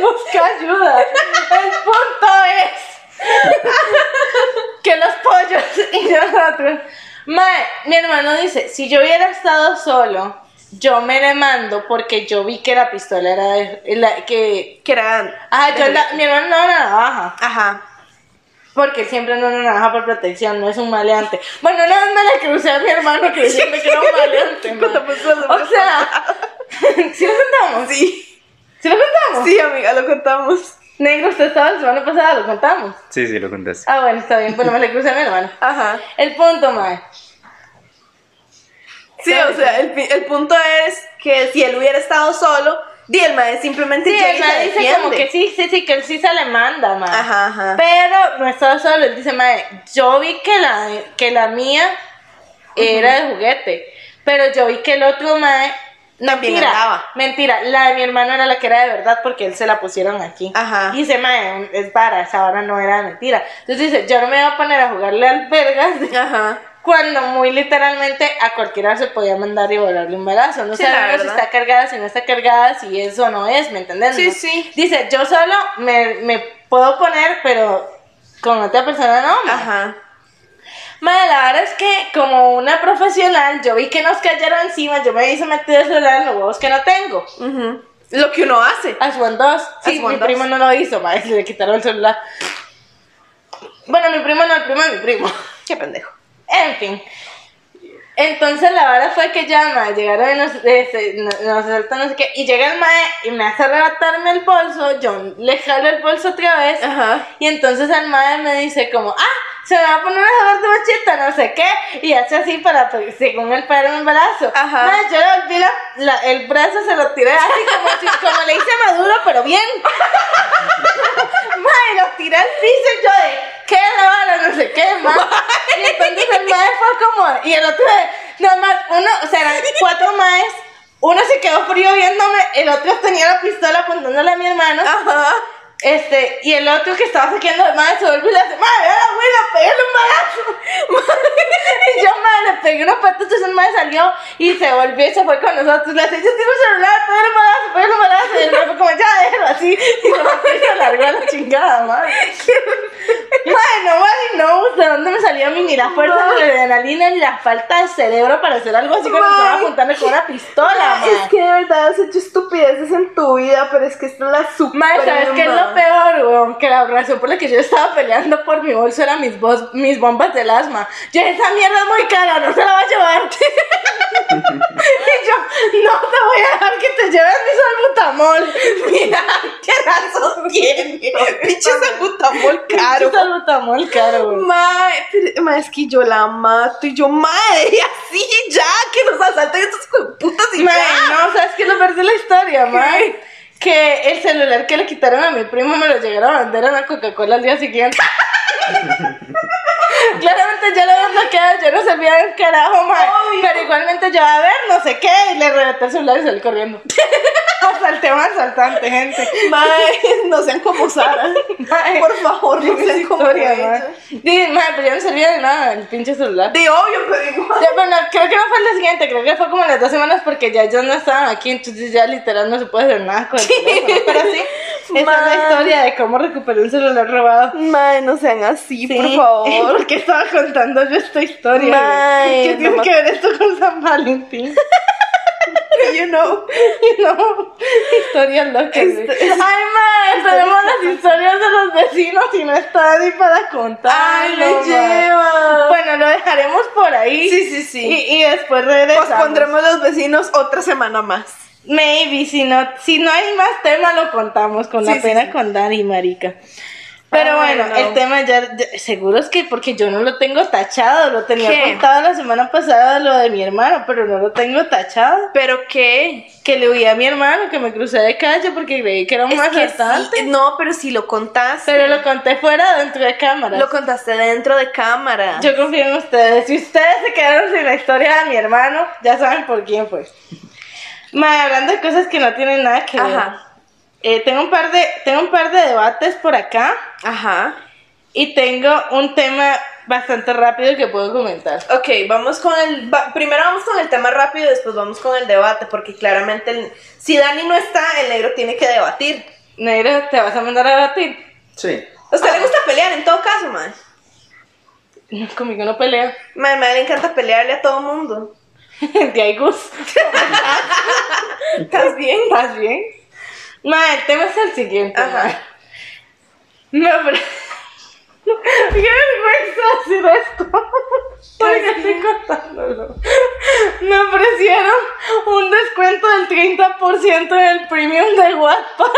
Speaker 1: Busca ayuda. El punto es que los pollos y nosotros. Mae, mi hermano dice: si yo hubiera estado solo, yo me le mando porque yo vi que la pistola era de- la- que.
Speaker 2: Que eran.
Speaker 1: Ajá, yo la- mi hermano no era navaja.
Speaker 2: Ajá.
Speaker 1: Porque él siempre no una navaja por protección, no es un maleante. Bueno, una vez me la crucé a mi hermano creyendo que era un
Speaker 2: [LAUGHS]
Speaker 1: maleante. mae.
Speaker 2: Cuando puso los
Speaker 1: O sea, [LAUGHS] ¿sí lo contamos?
Speaker 2: Sí.
Speaker 1: ¿Sí lo contamos?
Speaker 2: Sí, amiga, lo contamos.
Speaker 1: Negro, usted estaba la semana pasada, lo contamos.
Speaker 3: Sí, sí, lo contaste.
Speaker 1: Ah, bueno, está bien, pero me la crucé a mi hermano.
Speaker 2: Ajá.
Speaker 1: El punto, mae.
Speaker 2: Sí, o sea, el, pi- el punto es que si él hubiera estado solo, di el mae simplemente
Speaker 1: Sí,
Speaker 2: llega y
Speaker 1: el mae
Speaker 2: se
Speaker 1: dice
Speaker 2: defiende.
Speaker 1: como que sí, sí, sí, que él sí se le manda, mae.
Speaker 2: Ajá, ajá.
Speaker 1: Pero no estaba solo, él dice, mae, yo vi que la, que la mía era de juguete, pero yo vi que el otro mae...
Speaker 2: También
Speaker 1: mentira,
Speaker 2: andaba.
Speaker 1: Mentira, la de mi hermano era la que era de verdad porque él se la pusieron aquí.
Speaker 2: Ajá.
Speaker 1: Y dice, mae, es para, esa hora no era mentira. Entonces dice, yo no me voy a poner a jugarle al vergas
Speaker 2: Ajá.
Speaker 1: cuando muy literalmente a cualquiera se podía mandar y volarle un balazo. No
Speaker 2: Sí, la
Speaker 1: sabemos si
Speaker 2: verdad.
Speaker 1: está cargada, si no está cargada, si eso no es, ¿me entendés?
Speaker 2: Sí,
Speaker 1: No.
Speaker 2: sí.
Speaker 1: Dice, yo solo me, me puedo poner, pero con otra persona no. ma.
Speaker 2: Ajá.
Speaker 1: Ma, la verdad es que como una profesional, yo vi que nos cayeron encima, yo me hice meter el celular en los huevos que no tengo.
Speaker 2: Ujú. Lo que uno hace.
Speaker 1: As One 2. Sí,
Speaker 2: As One
Speaker 1: mi
Speaker 2: Dos.
Speaker 1: primo no lo hizo, ma, [LAUGHS] le quitaron el celular. Bueno, mi primo no, el primo de mi primo.
Speaker 2: Qué pendejo.
Speaker 1: En fin. Entonces la vara fue que ya, ma, llegaron y nos, este, nos, nos asaltan, no sé qué, y llega el mae y me hace arrebatarme el bolso, yo le jalo el bolso otra vez,
Speaker 2: Ajá.
Speaker 1: y entonces el mae me dice como, ah, se me va a poner a jalar de macheta, no sé qué, y hace así para, pues, según él, para un brazo.
Speaker 2: Ajá.
Speaker 1: Mae, yo le volví la- la- el brazo, se lo tiré así como, si- como le hice a Maduro, pero bien. [LAUGHS] Mae, lo tiré al piso y yo de, ¿qué la vara? No sé qué, mae. Y entonces el mae fue como, y el otro de, nada más, uno, o sea, eran cuatro maes. Uno se quedó frío viéndome, el otro tenía la pistola apuntándole a mi hermano.
Speaker 2: Ajá.
Speaker 1: Este, y el otro que estaba saqueando de madre se vuelve y le hace, madre, a la abuela, pégale un madrazo. [LAUGHS] Madre, Y yo, madre, le pegué una pata, entonces el madre salió y se volvió y se fue con nosotros. Le hace, yo tengo un celular, pégale un madrazo, pégale un madrazo. Y el madre fue como, ya, déjalo así. Y se fue y se largó a la chingada, madre.
Speaker 2: [LAUGHS]
Speaker 1: Madre, no, madre, no, ¿de dónde me salió a mí ni la fuerza, ni la adrenalina, ni la falta de cerebro para hacer algo así cuando estaba
Speaker 2: Madre.
Speaker 1: apuntarme con una pistola, madre?
Speaker 2: [LAUGHS] Es que de verdad has hecho estupideces en tu vida, pero es que esta es la super.
Speaker 1: Madre, ¿sabes qué es lo peor, weón? Que la razón por la que yo estaba peleando por mi bolso era mis, bos- mis bombas del asma. Yo, esa mierda es muy cara, no se la va a llevar. [LAUGHS] y yo, no te voy a dejar que te lleves mi salbutamol. [LAUGHS] Mira, qué
Speaker 2: [LAUGHS]
Speaker 1: razón tiene.
Speaker 2: Pinche salbutamol caro.
Speaker 1: Pinche salbutamol caro, weón.
Speaker 2: Mae, pero- mae, es que yo la mato y yo, mae, [LAUGHS] y así ya, que nos asaltan estos putas y
Speaker 1: Mae,
Speaker 2: ya.
Speaker 1: no, ¿sabes qué es lo peor de
Speaker 2: [LAUGHS]
Speaker 1: la historia, mae? Que el celular que le quitaron a mi primo me lo llegaron a vender a la Coca-Cola al día
Speaker 2: [LAUGHS]
Speaker 1: siguiente. Claramente ya lo había bloqueado, ya no servía de un carajo, mae.
Speaker 2: Obvio.
Speaker 1: Pero igualmente yo, a ver, no sé qué, y le reventé el celular y
Speaker 2: [LAUGHS]
Speaker 1: salí corriendo. Asalté a un asaltante, gente.
Speaker 2: Mae, [LAUGHS] no sean como Sara.
Speaker 1: [LAUGHS] Mae,
Speaker 2: Por favor, no
Speaker 1: esa
Speaker 2: sean como
Speaker 1: historia,
Speaker 2: ella.
Speaker 1: mae. Sí, mae, pero ya no servía de nada el pinche celular.
Speaker 2: De obvio, pero igual.
Speaker 1: Ya, pero no, creo que no fue el día siguiente, creo que fue como las dos semanas porque ya yo no estaba aquí, entonces ya literal no se puede hacer nada con el teléfono, pero
Speaker 2: [LAUGHS]
Speaker 1: sí, esa es
Speaker 2: Madre.
Speaker 1: la historia de cómo recuperé un celular robado.
Speaker 2: Mae, no sean así,
Speaker 1: Sí.
Speaker 2: por [LAUGHS] favor.
Speaker 1: ¿Por qué estaba contando yo esta historia?
Speaker 2: Mae,
Speaker 1: ¿Qué tiene
Speaker 2: no
Speaker 1: que ver esto con San
Speaker 2: [LAUGHS]
Speaker 1: Valentín?
Speaker 2: you know.
Speaker 1: no, historias locas. güey.
Speaker 2: Esto-
Speaker 1: Este, Ay, mae, tenemos las historias de los vecinos y no está Adi para contar.
Speaker 2: Ay, me lleva.
Speaker 1: Bueno, lo dejaremos por ahí.
Speaker 2: Sí, sí, sí.
Speaker 1: Y, y después regresamos.
Speaker 2: Pues, pondremos los vecinos otra semana más.
Speaker 1: Maybe, si no, si no hay más tema, lo contamos con
Speaker 2: Sí,
Speaker 1: la
Speaker 2: sí,
Speaker 1: pena
Speaker 2: sí.
Speaker 1: con Dani, marica. Pero
Speaker 2: Ah,
Speaker 1: bueno,
Speaker 2: no.
Speaker 1: el tema ya, ya- seguro es que porque yo no lo tengo tachado, lo tenía
Speaker 2: ¿Qué?
Speaker 1: contado la semana pasada lo de mi hermano, pero no lo tengo tachado.
Speaker 2: ¿Pero qué?
Speaker 1: Que le huí a mi hermano, que me crucé de calle porque creí que era un
Speaker 2: Es que
Speaker 1: asaltante.
Speaker 2: sí, no, pero si lo contaste.
Speaker 1: Pero lo conté fuera dentro de cámara.
Speaker 2: Lo contaste dentro de cámara.
Speaker 1: Yo confío en ustedes. Si ustedes se quedaron sin la historia de mi hermano, ya saben por quién fue. Mae, hablando de cosas que no tienen nada que ver.
Speaker 2: Ajá.
Speaker 1: Eh, tengo, un par de, tengo un par de debates por acá
Speaker 2: Ajá.
Speaker 1: y tengo un tema bastante rápido que puedo comentar.
Speaker 2: Ok, vamos con el. va- primero vamos con el tema rápido y después vamos con el debate, porque claramente el- si Dani no está, el negro tiene que debatir.
Speaker 1: Neira, ¿te vas a mandar a debatir? [LAUGHS]
Speaker 3: Sí.
Speaker 2: A usted le gusta pelear en todo caso, man.
Speaker 1: No, Conmigo no pelea. [LAUGHS]
Speaker 2: Madre, madre, le encanta pelearle a todo mundo.
Speaker 1: De ahí Gus.
Speaker 2: ¿Estás [LAUGHS] bien?
Speaker 1: ¿Estás bien? Mae, el tema es el siguiente.
Speaker 2: Ajá.
Speaker 1: mae. Me ofre- [LAUGHS] ¡Qué vergüenza decir esto! Todavía estoy contándolo. Me ofrecieron un descuento del 30% del premium de Wattpad.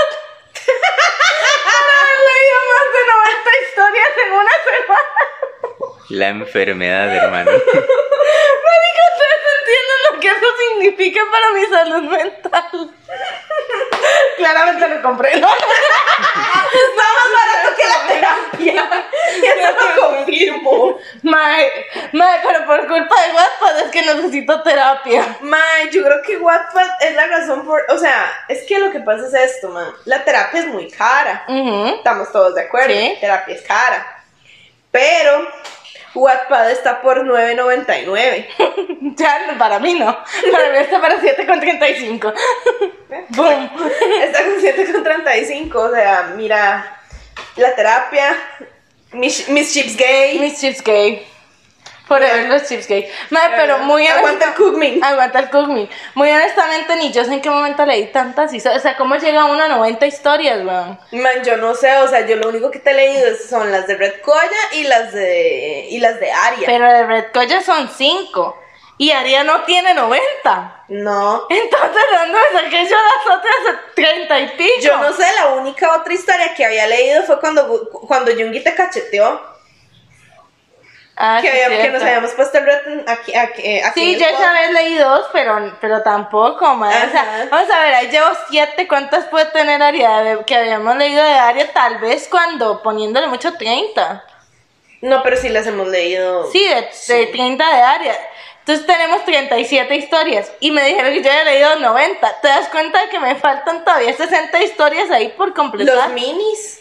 Speaker 1: Para haber leído más de 90 historias en una semana.
Speaker 3: La enfermedad, hermano.
Speaker 1: Marica, ustedes entienden lo que eso significa para mi salud mental. Claramente
Speaker 2: [LAUGHS]
Speaker 1: lo compré. No,
Speaker 2: Está más barato que la [LAUGHS] terapia. Y eso lo confirmo.
Speaker 1: Mae, mae, pero por culpa de WhatsApp es que necesito terapia.
Speaker 2: Mae, yo creo que Wattpad es la razón por. O sea, es que lo que pasa es esto, man. La terapia es muy cara.
Speaker 1: Ujú.
Speaker 2: Estamos todos de acuerdo.
Speaker 1: Sí.
Speaker 2: Terapia es cara. Pero Wattpad está por
Speaker 1: [LAUGHS]
Speaker 2: 9.99.
Speaker 1: Ya, no, para mí no. Para mí está para 7,35. Boom.
Speaker 2: está con 7.35. O sea, mira, la terapia, mis, mis chips gay.
Speaker 1: Mis chips gay. Forever los chips gay. Mae, pero muy
Speaker 2: Aguanta el cook me.
Speaker 1: Aguanta el cook me. Muy honestamente, ni yo sé en qué momento leí tantas historias. O sea, ¿cómo llega uno a 90 historias, weón?
Speaker 2: Man, yo no sé, o sea, yo lo único que te he leído es- son las de Red Coya y las de y las de Aria.
Speaker 1: Pero de Red Colla son 5. Y Aria no tiene 90.
Speaker 2: no.
Speaker 1: Entonces, ¿de ¿dónde me saqué yo las otras 30 y pico?
Speaker 2: Yo no sé, la única otra historia que había leído fue cuando cuando Jungi te cacheteó,
Speaker 1: Ah,
Speaker 2: que,
Speaker 1: sí,
Speaker 2: había- que
Speaker 1: cierto.
Speaker 2: nos habíamos puesto el reto aquí, aquí, eh, aquí
Speaker 1: Sí,
Speaker 2: en el
Speaker 1: yo esa
Speaker 2: podcast.
Speaker 1: vez leí dos, pero, pero tampoco, madre. O sea,
Speaker 2: Ajá.
Speaker 1: vamos a ver, ahí llevo siete. ¿Cuántas puede tener Aria de- que habíamos leído de Aria? Tal vez cuando poniéndole mucho 30.
Speaker 2: No, pero sí las hemos leído.
Speaker 1: Sí, de, de 30 de Aria. Entonces tenemos 37 historias y me dijeron que yo había leído 90. ¿Te das cuenta de que me faltan todavía 60 historias ahí por completar?
Speaker 2: Los minis.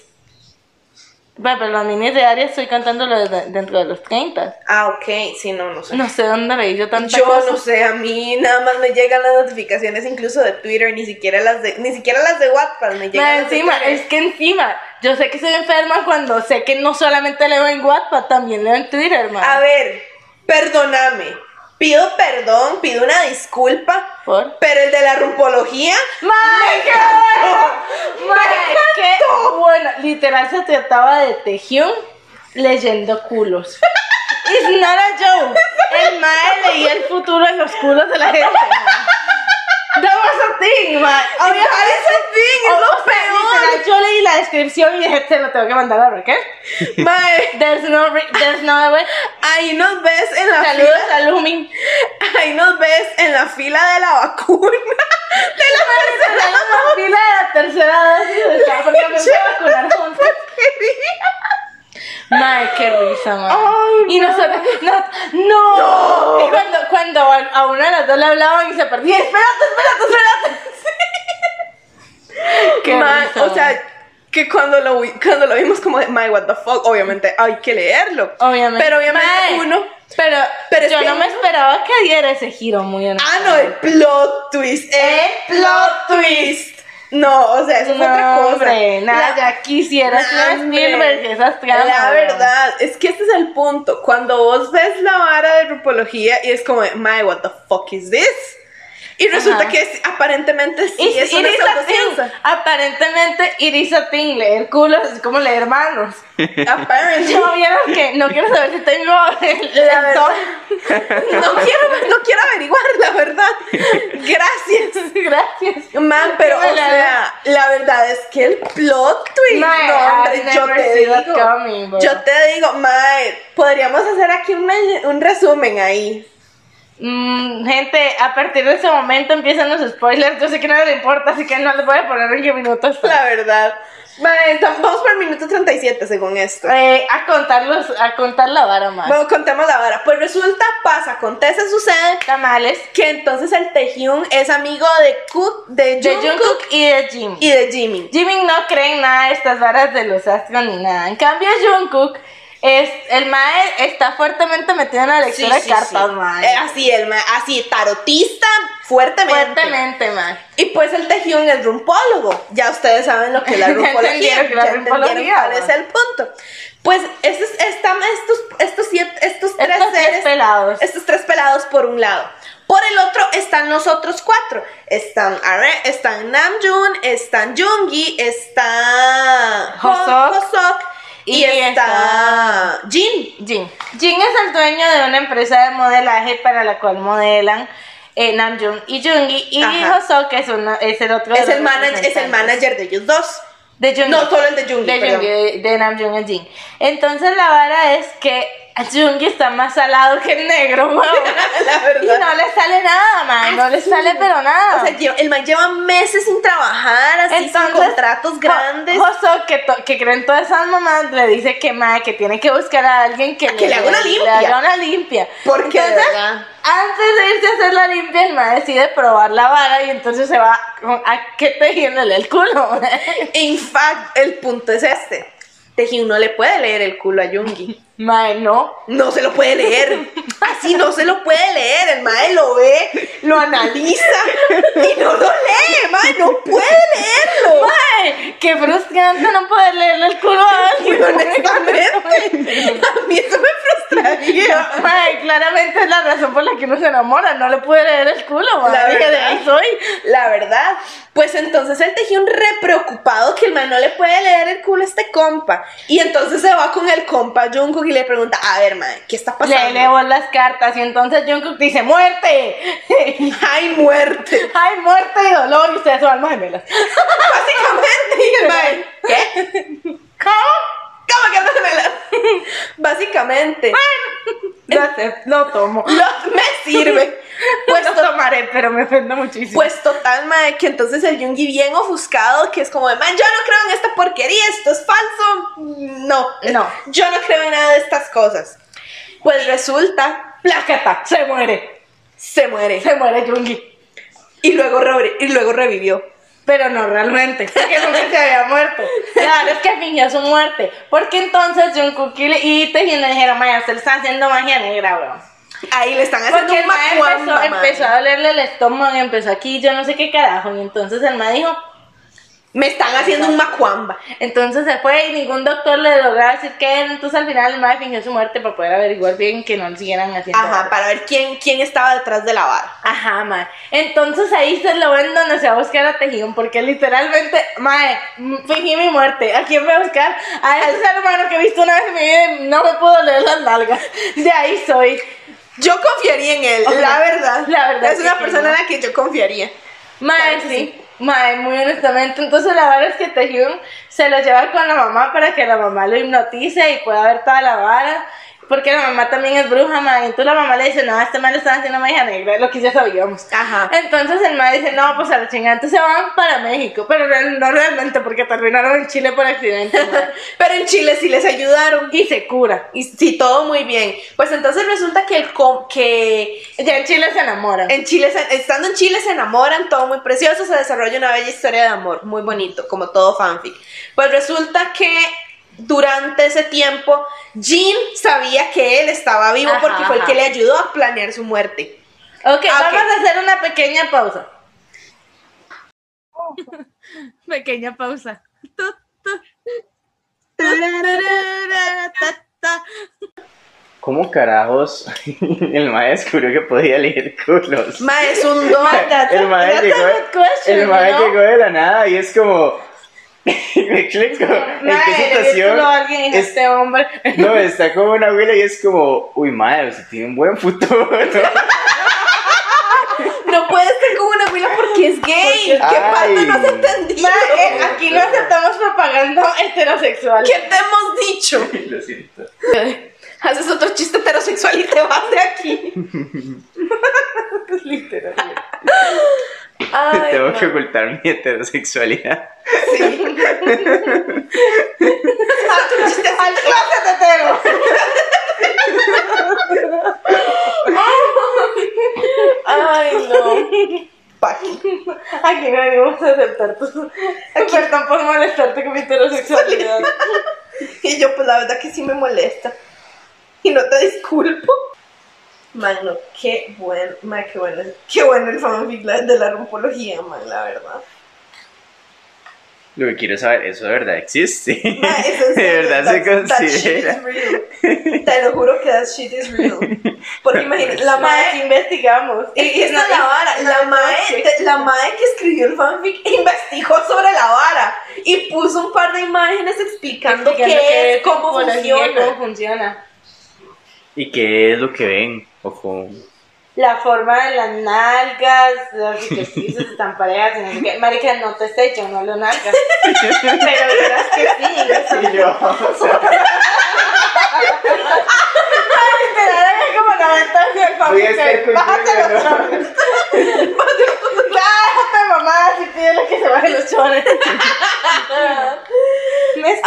Speaker 1: Bueno, pero los minis de Aries estoy contándolo desde- dentro de los 30.
Speaker 2: Ah, ok. Sí, no, no sé.
Speaker 1: No sé dónde leí yo tanta
Speaker 2: Yo
Speaker 1: cosa.
Speaker 2: no sé, a mí nada más me llegan las notificaciones incluso de Twitter, ni siquiera las de, ni siquiera las de WhatsApp me llegan.
Speaker 1: Ma,
Speaker 2: las de
Speaker 1: encima,
Speaker 2: Twitter.
Speaker 1: es que encima, yo sé que soy enferma cuando sé que no solamente leo en WhatsApp, también leo en Twitter, man.
Speaker 2: A ver, perdóname. Pido perdón, pido una disculpa,
Speaker 1: ¿Por?
Speaker 2: pero el de la rumpología.
Speaker 1: ¡Mae, qué bueno! ¡Mae, qué bueno! Literal se trataba de Tejión leyendo
Speaker 2: [LAUGHS]
Speaker 1: culos. It's not a joke. El mae leía el futuro en los culos de la gente. ma. That was a thing, mae. Obvio-
Speaker 2: Parece fin,
Speaker 1: o-
Speaker 2: es lo
Speaker 1: o sea,
Speaker 2: peor.
Speaker 1: literal, yo leí la descripción y dije, te lo tengo que mandar a Raquel.
Speaker 2: Mae,
Speaker 1: There's no, re- there's no way.
Speaker 2: ahí nos ves en la
Speaker 1: Saludos a Lumin.
Speaker 2: fila. Ahí nos ves en la fila de la vacuna. De la tercera
Speaker 1: Saludos a Fila de la tercera dosis de Estado, porque me voy a vacunar juntos. Mae, qué risa, mae.
Speaker 2: Ay,
Speaker 1: y nosotros, no, no. Y cuando, cuando a, a una de las dos le hablaban y se perdía, espérate, espérate, espérate. qué
Speaker 2: Man,
Speaker 1: risa,
Speaker 2: o sea, que cuando lo, vi- cuando lo vimos como de, my what the fuck, obviamente hay que leerlo.
Speaker 1: mae. obviamente.
Speaker 2: Pero obviamente
Speaker 1: Mae,
Speaker 2: uno.
Speaker 1: Pero,
Speaker 2: pero es
Speaker 1: yo
Speaker 2: que
Speaker 1: no me
Speaker 2: uno-
Speaker 1: esperaba que diera ese giro muy
Speaker 2: Ah, no, el plot twist. El plot twist. No, o sea, eso es
Speaker 1: No,
Speaker 2: otra cosa.
Speaker 1: hombre, nada,
Speaker 2: La-
Speaker 1: ya quisiera
Speaker 2: Nah,
Speaker 1: ser
Speaker 2: hombre.
Speaker 1: Spielberg esas tramas.
Speaker 2: La
Speaker 1: weón.
Speaker 2: verdad, es que este es el punto. Cuando vos ves la vara de rupología y es como, my, what the fuck is this? Y resulta
Speaker 1: Ajá.
Speaker 2: que es- aparentemente sí
Speaker 1: It's-
Speaker 2: es
Speaker 1: it
Speaker 2: una
Speaker 1: is a thing.
Speaker 2: pseudociencia.
Speaker 1: Aparentemente, it is a thing. Leer culos es como leer manos.
Speaker 2: [LAUGHS] Apparently.
Speaker 1: Yo Pues vieron que [LAUGHS] no quiero saber si tengo el, el
Speaker 2: La verdad.
Speaker 1: [LAUGHS] don.
Speaker 2: No quiero, no quiero averiguar, la verdad. Gracias.
Speaker 1: Gracias.
Speaker 2: Man, pero, o
Speaker 1: Qué mala
Speaker 2: sea, la verdad es que el plot twist,
Speaker 1: Mae,
Speaker 2: no, hombre,
Speaker 1: I've
Speaker 2: yo
Speaker 1: never
Speaker 2: te
Speaker 1: seen that
Speaker 2: digo,
Speaker 1: coming, bro.
Speaker 2: yo te digo, mae, podríamos hacer aquí un, men- un resumen ahí.
Speaker 1: Mm, gente, a partir de ese momento empiezan los spoilers. Yo sé que no les importa, así que no les voy a poner en qué minutos.
Speaker 2: La verdad. Mae, tam- vamos por el minuto 37 según esto.
Speaker 1: Eh, a contarlos, a contar la vara más.
Speaker 2: Vamos, contemos la vara. Pues resulta, pasa, acontece, sucede
Speaker 1: Tamales
Speaker 2: que entonces el Taehyung es amigo de Cook, de
Speaker 1: de
Speaker 2: Jungkook,
Speaker 1: Jungkook y de Jimmy.
Speaker 2: y de Jimin.
Speaker 1: Jimmy no cree en nada de estas varas de los astros ni nada. En cambio, Jungkook es el mae está fuertemente metido en la lectura de cartas, mae.
Speaker 2: Eh, así, el mae, así, tarotista fuertemente.
Speaker 1: Fuertemente, mae.
Speaker 2: Y pues el tejión es rumpólogo. Ya ustedes saben lo que es la
Speaker 1: [LAUGHS] Ya
Speaker 2: rumpología.
Speaker 1: entendieron que la
Speaker 2: ya entendieron
Speaker 1: rumpología,
Speaker 2: cuál es
Speaker 1: ¿no?
Speaker 2: el punto. Pues estos, están estos, estos, siete- estos tres
Speaker 1: Estos tres
Speaker 2: seres-
Speaker 1: pelados.
Speaker 2: estos tres pelados por un lado. Por el otro están los otros cuatro. Están, Are- están Namjoon, están Jungi, está Ho-
Speaker 1: Hoseok.
Speaker 2: Hoseok y,
Speaker 1: Y
Speaker 2: está Jin.
Speaker 1: Jin. Jin es el dueño de una empresa de modelaje para la cual modelan eh, Namjoon y Jungi. Y
Speaker 2: Ajá.
Speaker 1: Hoseok es, una- es el otro. de
Speaker 2: Es
Speaker 1: los
Speaker 2: el, manager, es el
Speaker 1: representantes.
Speaker 2: manager de ellos dos.
Speaker 1: De Jungi.
Speaker 2: No, solo el de Jungi,
Speaker 1: De,
Speaker 2: perdón.
Speaker 1: Jungi, de, de Namjoon y Jin. Entonces la vara es que Jungi está más salado que el negro, [LAUGHS] weón.
Speaker 2: [LAUGHS] La
Speaker 1: Y
Speaker 2: verdad.
Speaker 1: no le sale nada, man. No le
Speaker 2: Así.
Speaker 1: sale pero nada.
Speaker 2: Ah, O sea, lleva- el man lleva meses sin trabajar, así sin contratos grandes.
Speaker 1: Joso, que, to- que creen todas esas mamás, le dice que mae, que tiene que buscar a alguien que,
Speaker 2: Ah, que le haga una limpia.
Speaker 1: haga una limpia.
Speaker 2: Porque, de
Speaker 1: Entonces,
Speaker 2: verdad.
Speaker 1: antes de irse a hacer la limpia, el mae decide probar la vara y entonces se va con- a que tejiéndole el culo. [LAUGHS]
Speaker 2: En fact, el punto es este. Tejido no le puede leer el culo a Yungi.
Speaker 1: mae, no.
Speaker 2: No se lo puede leer. Así no se lo puede leer. El mae lo ve, lo [LAUGHS] analiza y no lo lee. Mae, no puede leerlo.
Speaker 1: Mae, qué frustrante no poder leerle el culo a
Speaker 2: Muy
Speaker 1: alguien.
Speaker 2: honestamente, a mí eso me frustraría.
Speaker 1: Mae, claramente es la razón por la que uno se enamora, no le puede leer el culo, mae.
Speaker 2: La
Speaker 1: Dije, de
Speaker 2: verdad.
Speaker 1: ahí soy.
Speaker 2: La verdad. Pues entonces él tejió un re preocupado que el man no le puede leer el culo a este compa. Y entonces se va con el compa Jungkook y le pregunta, a ver, man, ¿qué está
Speaker 1: Le
Speaker 2: pasando?
Speaker 1: leo las cartas y entonces Jungkook dice ¡Muerte! [LAUGHS]
Speaker 2: ¡Ay, muerte!
Speaker 1: ¡Ay, muerte y dolor! Y ustedes son almas gemelas.
Speaker 2: Básicamente, y el man, ¿qué?
Speaker 1: [LAUGHS] ¿Cómo?
Speaker 2: ¿Cómo que no se me la... Básicamente,
Speaker 1: Gracias, lo tomo.
Speaker 2: lo- me sirve.
Speaker 1: Pues [LAUGHS] lo tomaré, pero me ofendo muchísimo.
Speaker 2: Pues total, mae, que entonces el Jungi bien ofuscado, que es como de, man, yo no creo en esta porquería, esto es falso. No,
Speaker 1: No.
Speaker 2: yo no creo en nada de estas cosas. Pues resulta
Speaker 1: Placata, se muere.
Speaker 2: se muere.
Speaker 1: Se muere Jungi.
Speaker 2: Y luego, re- y luego revivió.
Speaker 1: Pero no realmente, porque nunca se había muerto. Claro, es que fingió su muerte. Porque entonces Jungkook y Tejiendo dijeron, Maya, usted está haciendo magia negra, weón.
Speaker 2: Ahí le están haciendo
Speaker 1: Porque el
Speaker 2: un
Speaker 1: ma empezó,
Speaker 2: macuamba, mae.
Speaker 1: empezó a dolerle el estómago, y empezó aquí, yo no sé qué carajo. Y entonces el ma dijo,
Speaker 2: Me están haciendo un macuamba.
Speaker 1: entonces se fue y ningún doctor le lograba decir qué era. Entonces al final el ma fingió su muerte para poder averiguar bien que no le siguieran haciendo.
Speaker 2: Ajá,
Speaker 1: algo.
Speaker 2: para ver quién, quién estaba detrás de la vara.
Speaker 1: Ajá, mae. Entonces ahí se lo ven donde se va a buscar a Tejión, porque literalmente, mae, m- fingí mi muerte. ¿A quién voy a buscar? A ese ser humano que he visto una vez en mi vida y no me pudo leer las nalgas. De ahí soy.
Speaker 2: Yo confiaría en él,
Speaker 1: Ojalá.
Speaker 2: la verdad.
Speaker 1: La verdad
Speaker 2: Es
Speaker 1: que
Speaker 2: una
Speaker 1: sí,
Speaker 2: persona
Speaker 1: ¿no?
Speaker 2: en la que yo confiaría.
Speaker 1: Mae,
Speaker 2: Claro que
Speaker 1: sí. Mae, muy honestamente. Entonces la vara es que Taehyung se lo lleva con la mamá para que la mamá lo hipnotice y pueda ver toda la vara. Porque la mamá también es bruja, mae. Entonces la mamá le dice, no, a este mal le están haciendo magia negra, lo que ya sabíamos.
Speaker 2: Ajá.
Speaker 1: Entonces el mae dice, no, pues a la chingada, entonces se van para México. Pero real- no realmente, porque terminaron en Chile por accidente. mae.
Speaker 2: [LAUGHS] Pero en Chile sí les ayudaron.
Speaker 1: y se cura.
Speaker 2: Y sí, todo muy bien. Pues entonces resulta que el com- que
Speaker 1: Ya en Chile se enamoran.
Speaker 2: en Chile se- estando en Chile se enamoran, todo muy precioso, se desarrolla una bella historia de amor, muy bonito, como todo fanfic. Pues resulta que durante ese tiempo Jean sabía que él estaba vivo
Speaker 1: Ajá,
Speaker 2: porque fue el
Speaker 1: ajá.
Speaker 2: que le ayudó a planear su muerte.
Speaker 1: Ok,
Speaker 2: Ah, ok.
Speaker 1: vamos a hacer una pequeña pausa. pequeña pausa. Tu, tu. Tararara, ta, ta.
Speaker 3: [LAUGHS] ¿Cómo carajos [LAUGHS] el maestro descubrió que podía leer culos?
Speaker 2: Ma, es un don.
Speaker 1: that's a-
Speaker 3: el
Speaker 1: that's a
Speaker 3: maestro llegó,
Speaker 1: good question,
Speaker 3: el mae
Speaker 1: ¿no?
Speaker 3: llegó [LAUGHS] de la nada y es como... [LAUGHS] ¿Me explico? ¿En
Speaker 1: Mae,
Speaker 3: qué
Speaker 1: le dio
Speaker 3: situación?
Speaker 1: culo a alguien y dijo,
Speaker 3: es-
Speaker 1: este hombre.
Speaker 3: No, está como una abuela y es como... Uy, madre, usted tiene un buen futuro.
Speaker 2: [LAUGHS]
Speaker 3: [LAUGHS]
Speaker 2: No puede ser como una pila porque es gay. ¿Qué
Speaker 3: Porque-
Speaker 2: parte
Speaker 3: Ay.
Speaker 2: no has entendido?
Speaker 1: Mae, eh, aquí no aceptamos propaganda heterosexual.
Speaker 2: ¿Qué
Speaker 1: [LAUGHS]
Speaker 2: te hemos dicho?
Speaker 3: Lo siento.
Speaker 2: Haces otro chiste heterosexual y te vas de aquí. Literal. Ay,
Speaker 3: Tengo
Speaker 2: no.
Speaker 3: que ocultar mi heterosexualidad.
Speaker 2: Otro chiste
Speaker 1: ¡Al closet hetero!
Speaker 2: Ay, no.
Speaker 1: Aquí no venimos a aceptar tus. Perdón por molestarte con mi heterosexualidad.
Speaker 2: Y yo, pues la verdad que sí me molesta. Y no te disculpo. Mano, qué buen, man, qué bueno, qué bueno el fanfic la- de la rompología, man, la verdad.
Speaker 3: Lo que quiero saber, eso de verdad existe.
Speaker 2: Man, es en
Speaker 3: [LAUGHS] de
Speaker 2: serio,
Speaker 3: verdad se
Speaker 2: that- that shit is
Speaker 3: considera.
Speaker 2: real. Te lo juro que that shit is
Speaker 3: [LAUGHS]
Speaker 2: real. Porque imagínate, la madre
Speaker 1: Mae, que investigamos. Este,
Speaker 2: Y y esta es la vara, la mae, te- la mae que escribió el fanfic [LAUGHS] investigó sobre la vara y puso un par de imágenes explicando, qué es, cómo funciona.
Speaker 1: cómo funciona.
Speaker 3: ¿Y qué es lo que ven? Ojo.
Speaker 1: La forma de las nalgas, las cicatrices están parejas, y no sé qué. Marica, no te esté yo no lo
Speaker 2: [LAUGHS]
Speaker 1: nalgas. Pero verás que sí.
Speaker 3: Y yo, [LAUGHS] o sea,
Speaker 1: Te daré como 90 de
Speaker 3: Voy a
Speaker 2: este-
Speaker 3: estar
Speaker 2: [LAUGHS]
Speaker 1: fanfic.
Speaker 3: con
Speaker 1: Bájate los chones.
Speaker 3: Julia, ¿no?
Speaker 1: Bájate mamá, si pídele que se baje los
Speaker 2: [LAUGHS]
Speaker 1: chones. Me-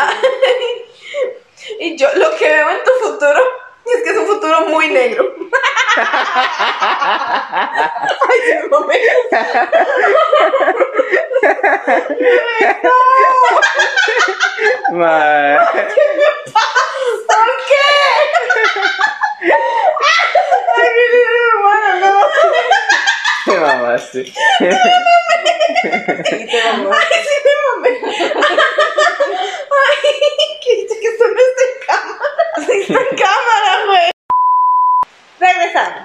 Speaker 2: Y yo lo que veo en tu futuro es que es un futuro muy negro. [LAUGHS] Ay, Dios no me- [LAUGHS]
Speaker 3: ma, [LAUGHS]
Speaker 1: ¿Por qué? Ay, mi libro, bueno, no.
Speaker 3: te mamaste.
Speaker 1: Y te mamó.
Speaker 2: Ay, sí me mamé. Ay, que dice que esto no está en cámara. Sí está en cámara, güey.
Speaker 1: Regresamos.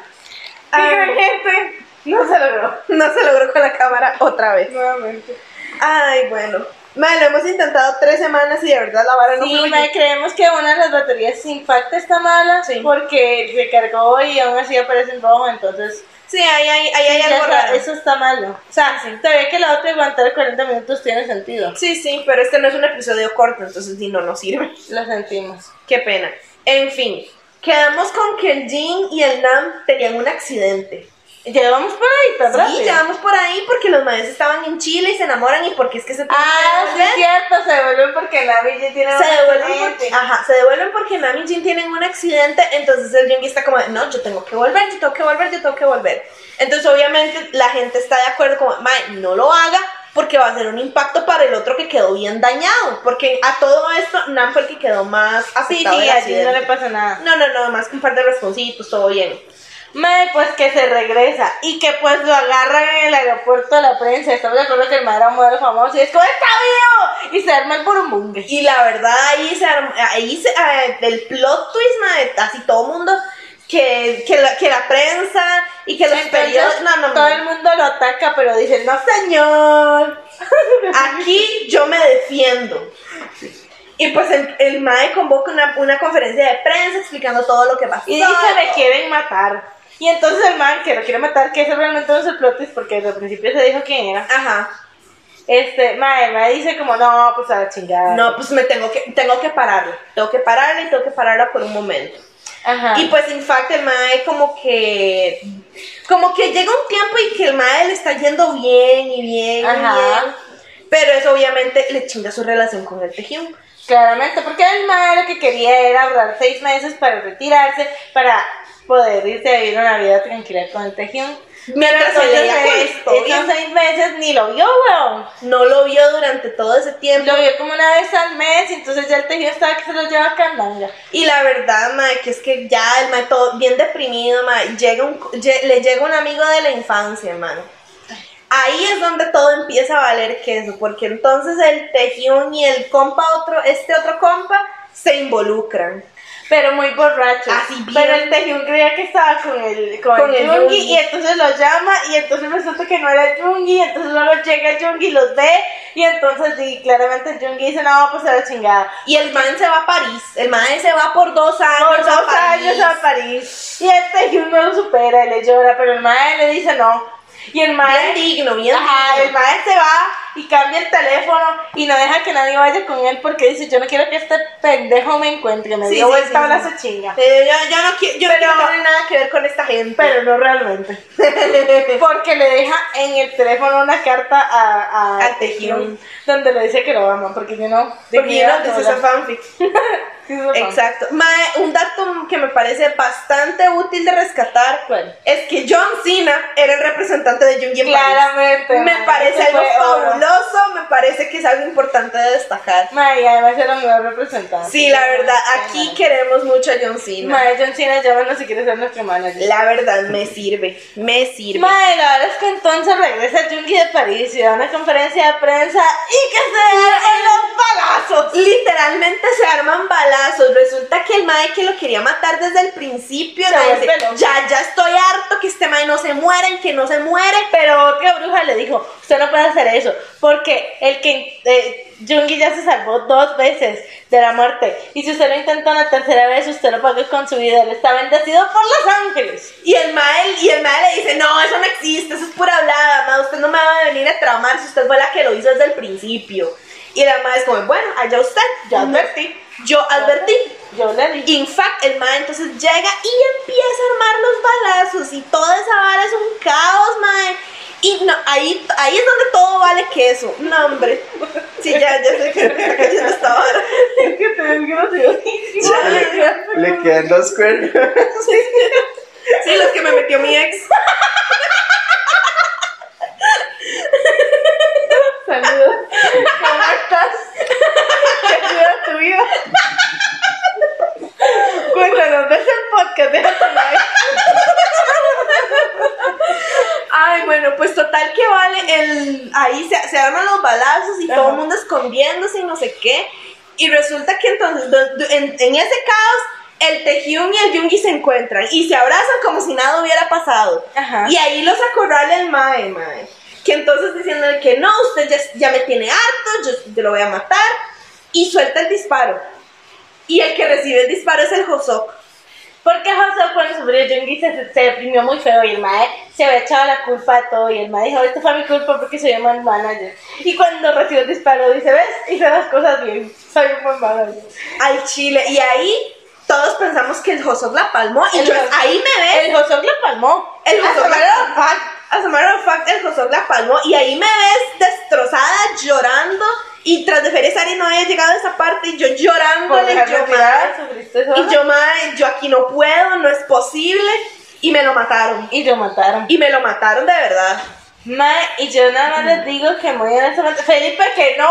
Speaker 2: Ah.
Speaker 1: Divergente. este No se logró.
Speaker 2: No se logró con la cámara otra vez.
Speaker 1: Nuevamente.
Speaker 2: Ay, bueno. Mae, lo hemos intentado tres semanas y de verdad la vara no
Speaker 1: Sí,
Speaker 2: fluye.
Speaker 1: mae, creemos que una de las baterías sin falta está mala
Speaker 2: Sí.
Speaker 1: porque se cargó y aún así aparece en rojo, entonces
Speaker 2: Sí, ahí, hay- ahí hay
Speaker 1: ya
Speaker 2: algo
Speaker 1: está-
Speaker 2: raro.
Speaker 1: eso está malo. O sea, todavía que la otra aguantar 40 minutos tiene sentido.
Speaker 2: Sí, sí, pero este no es un episodio corto, entonces sí, no nos sirve.
Speaker 1: Lo sentimos.
Speaker 2: Qué pena. En fin, quedamos con que el Jin y el Nam tenían un accidente.
Speaker 1: Ya vamos por ahí, tan
Speaker 2: Sí,
Speaker 1: rápido.
Speaker 2: ya vamos por ahí porque los maestros estaban en Chile y se enamoran y porque es que se tienen que
Speaker 1: Ah, sí
Speaker 2: devolver.
Speaker 1: es cierto, se devuelven porque la villa tiene Ah,
Speaker 2: se
Speaker 1: un
Speaker 2: devuelven
Speaker 1: accidente.
Speaker 2: porque, ajá, se devuelven porque Nami y Jin tienen un accidente, entonces el Jungi está como, no, yo tengo que volver, yo tengo que volver, yo tengo que volver. Entonces obviamente la gente está de acuerdo como, mae, no lo haga porque va a ser un impacto para el otro que quedó bien dañado, porque a todo esto Nam fue el que quedó más
Speaker 1: Sí, sí,
Speaker 2: afectado del
Speaker 1: a Jin no
Speaker 2: accidente.
Speaker 1: le pasa nada.
Speaker 2: no, no, no, más que un par de responsitos, todo bien.
Speaker 1: Mae, pues que se regresa y que pues lo agarran en el aeropuerto de la prensa. Estamos de acuerdo que el mae era un modelo famoso y es como ¡Está vivo! Y se arma el burumbungue.
Speaker 2: Y la verdad, ahí se, arm- ahí se- ah, el plot twist, madre, así todo mundo, que, que, la, que la prensa y que los
Speaker 1: Entonces,
Speaker 2: periódicos, no, no,
Speaker 1: todo
Speaker 2: no.
Speaker 1: el mundo lo ataca, pero dice, no señor.
Speaker 2: aquí yo me defiendo. Y pues el, el MAE convoca una, una conferencia de prensa explicando todo lo que pasó.
Speaker 1: Y dice, me quieren matar. Y entonces el man que lo quiere matar, que ese realmente no es el plot twist, porque desde el principio se dijo quién era.
Speaker 2: Ajá.
Speaker 1: Este, mae, el mae dice como, no, pues a la chingada.
Speaker 2: No, pues me tengo que, tengo que pararla. Tengo que pararla y tengo que pararla por un momento.
Speaker 1: Ajá.
Speaker 2: Y pues, en fact, el mae como que... Como que llega un tiempo y que el mae le está yendo bien y bien
Speaker 1: Ajá.
Speaker 2: y bien. Pero eso obviamente le chinga su relación con el tejido.
Speaker 1: Claramente, porque el mae lo que quería era ahorrar seis meses para retirarse, para poder irse a vivir una vida tranquila con el tejión.
Speaker 2: Mientras
Speaker 1: Pero
Speaker 2: se
Speaker 1: esos
Speaker 2: veía
Speaker 1: seis-
Speaker 2: esto, bien.
Speaker 1: esos seis meses ni lo vio, weón.
Speaker 2: No lo vio durante todo ese tiempo.
Speaker 1: Lo vio como una vez al mes, y entonces ya el tejido estaba que se lo lleva a Candanga.
Speaker 2: Y la verdad, mae, que es que ya el mae todo bien deprimido, mae, llega un, lle- le llega un amigo de la infancia, hermano. Ahí es donde todo empieza a valer queso, porque entonces el tejión y el compa otro, este otro compa, se involucran.
Speaker 1: Pero muy borracho.
Speaker 2: Así bien.
Speaker 1: Pero el Taehyung creía que estaba con el, con
Speaker 2: Con
Speaker 1: el
Speaker 2: el
Speaker 1: Yoongi,
Speaker 2: Yoongi.
Speaker 1: y entonces lo llama y entonces resulta que no era el Jungi, entonces luego llega el Jungi y los ve y entonces y claramente el Jungi dice, no, pues a la chingada.
Speaker 2: Y el man se va a París, el man se va por dos años
Speaker 1: Por dos
Speaker 2: a París.
Speaker 1: años a París. Y el Taehyung no lo supera y le llora, pero el mae le dice no. Y el
Speaker 2: Bien
Speaker 1: mae,
Speaker 2: digno, bien
Speaker 1: ajá, el
Speaker 2: digno.
Speaker 1: mae se va y cambia el teléfono y no deja que nadie vaya con él porque dice, yo no quiero que este pendejo me encuentre, me
Speaker 2: Sí,
Speaker 1: dio
Speaker 2: sí,
Speaker 1: vuelta
Speaker 2: sí,
Speaker 1: a la
Speaker 2: sí.
Speaker 1: su chinga.
Speaker 2: Eh, yo, yo no quiero, yo no
Speaker 1: Pero-
Speaker 2: quiero tener nada que ver con esta gente.
Speaker 1: Pero no realmente.
Speaker 2: [LAUGHS]
Speaker 1: Porque le deja en el teléfono una carta a, a
Speaker 2: Al Tejión.
Speaker 1: Tejión, donde le dice que lo ama, porque yo no.
Speaker 2: Porque yo no, this is a fanfic.
Speaker 1: Exacto.
Speaker 2: Exacto. Mae, un dato que me parece bastante útil de rescatar
Speaker 1: ¿Cuál?
Speaker 2: es que John Cena era el representante de Jungi en París.
Speaker 1: Claramente.
Speaker 2: Me
Speaker 1: mae,
Speaker 2: parece
Speaker 1: ese
Speaker 2: algo
Speaker 1: fue oro.
Speaker 2: fabuloso, me parece que es algo importante de destacar.
Speaker 1: Mae, y además era un gran representante.
Speaker 2: Sí, la verdad, aquí
Speaker 1: Mae.
Speaker 2: queremos mucho a John Cena.
Speaker 1: Mae, John Cena, llámanos si quieres ser nuestro manager.
Speaker 2: La verdad, me sirve, me sirve.
Speaker 1: Mae, la verdad es que entonces regresa Jungi de París y da una conferencia de prensa y que se da en los balazos.
Speaker 2: Literalmente se arman balazos. Resulta que el mae que lo quería matar desde el principio,
Speaker 1: Se
Speaker 2: mae,
Speaker 1: vuelve
Speaker 2: dice,
Speaker 1: loco.
Speaker 2: ya, ya estoy harto que este mae no se muere, que no se muere.
Speaker 1: Pero otra bruja le dijo, usted no puede hacer eso, porque el que eh, Jungi ya se salvó dos veces de la muerte. Y si usted lo intenta una tercera vez, usted lo paga con su vida. Él está bendecido por los ángeles.
Speaker 2: Y el mae, y el mae le dice, no, eso no existe, eso es pura hablada, mae, usted no me va a venir a tramar si usted fue la que lo hizo desde el principio. Y la mae es como, bueno, allá usted, yo advertí, yo advertí.
Speaker 1: Yo le
Speaker 2: [LAUGHS]
Speaker 1: dije.
Speaker 2: In fact, el mae entonces llega y empieza a armar los balazos y toda esa vara es un caos, mae. Y no, ahí, ahí es donde todo vale queso. No, hombre. Sí, ya, ya sé que [LAUGHS] me está cayendo esta vara.
Speaker 1: Es que te ves [LAUGHS] graciosísimo.
Speaker 3: Le, le quedan dos cuernos.
Speaker 2: Sí, los que me metió mi ex.
Speaker 1: Saludos. ¿Cómo estás? ¿Qué ha sido tu vida? Cuéntanos, ves el podcast, deja tu like.
Speaker 2: Ay, bueno, pues total que vale el... Ahí se, se arman los balazos y
Speaker 1: Ajá.
Speaker 2: todo el mundo escondiéndose y no sé qué. Y resulta que entonces do- do- en, en ese caos el Tejión y el Yungi se encuentran y se abrazan como si nada hubiera pasado.
Speaker 1: Ajá.
Speaker 2: Y ahí los acorrala el Mae, Mae. Que entonces diciéndole que no, usted ya, ya me tiene harto, yo, yo lo voy a matar. Y suelta el disparo. Y el que recibe el disparo es el Josok.
Speaker 1: Porque José cuando sufrió Jungi se, se deprimió muy feo y el mae se había echado la culpa a todo y el mae dijo, esto fue mi culpa porque soy un mal manager. Y cuando recibió el disparo dice, ves, hice las cosas bien, soy un buen manager.
Speaker 2: al chile. Y ahí todos pensamos que el Josog la palmó y
Speaker 1: El
Speaker 2: yo,
Speaker 1: Josog-
Speaker 2: ahí me ves.
Speaker 1: El Josón lo palmó.
Speaker 2: El
Speaker 1: As a
Speaker 2: Josog
Speaker 1: matter of
Speaker 2: la palmó. As a matter of fact, el Josog la palmó y ahí me ves destrozada, llorando. Y tras de Feria Sari no había llegado a esa parte y yo llorando.
Speaker 1: Por dejarme
Speaker 2: yo,
Speaker 1: tirar,
Speaker 2: "Mae,
Speaker 1: sufriste sola.
Speaker 2: y yo, "Mae, yo aquí no puedo, no es posible. Y me lo mataron.
Speaker 1: y yo mataron.
Speaker 2: Y me lo mataron de verdad.
Speaker 1: Ma, y yo nada más les digo que muy honestamente, Felipe,
Speaker 2: [LAUGHS]
Speaker 1: que no.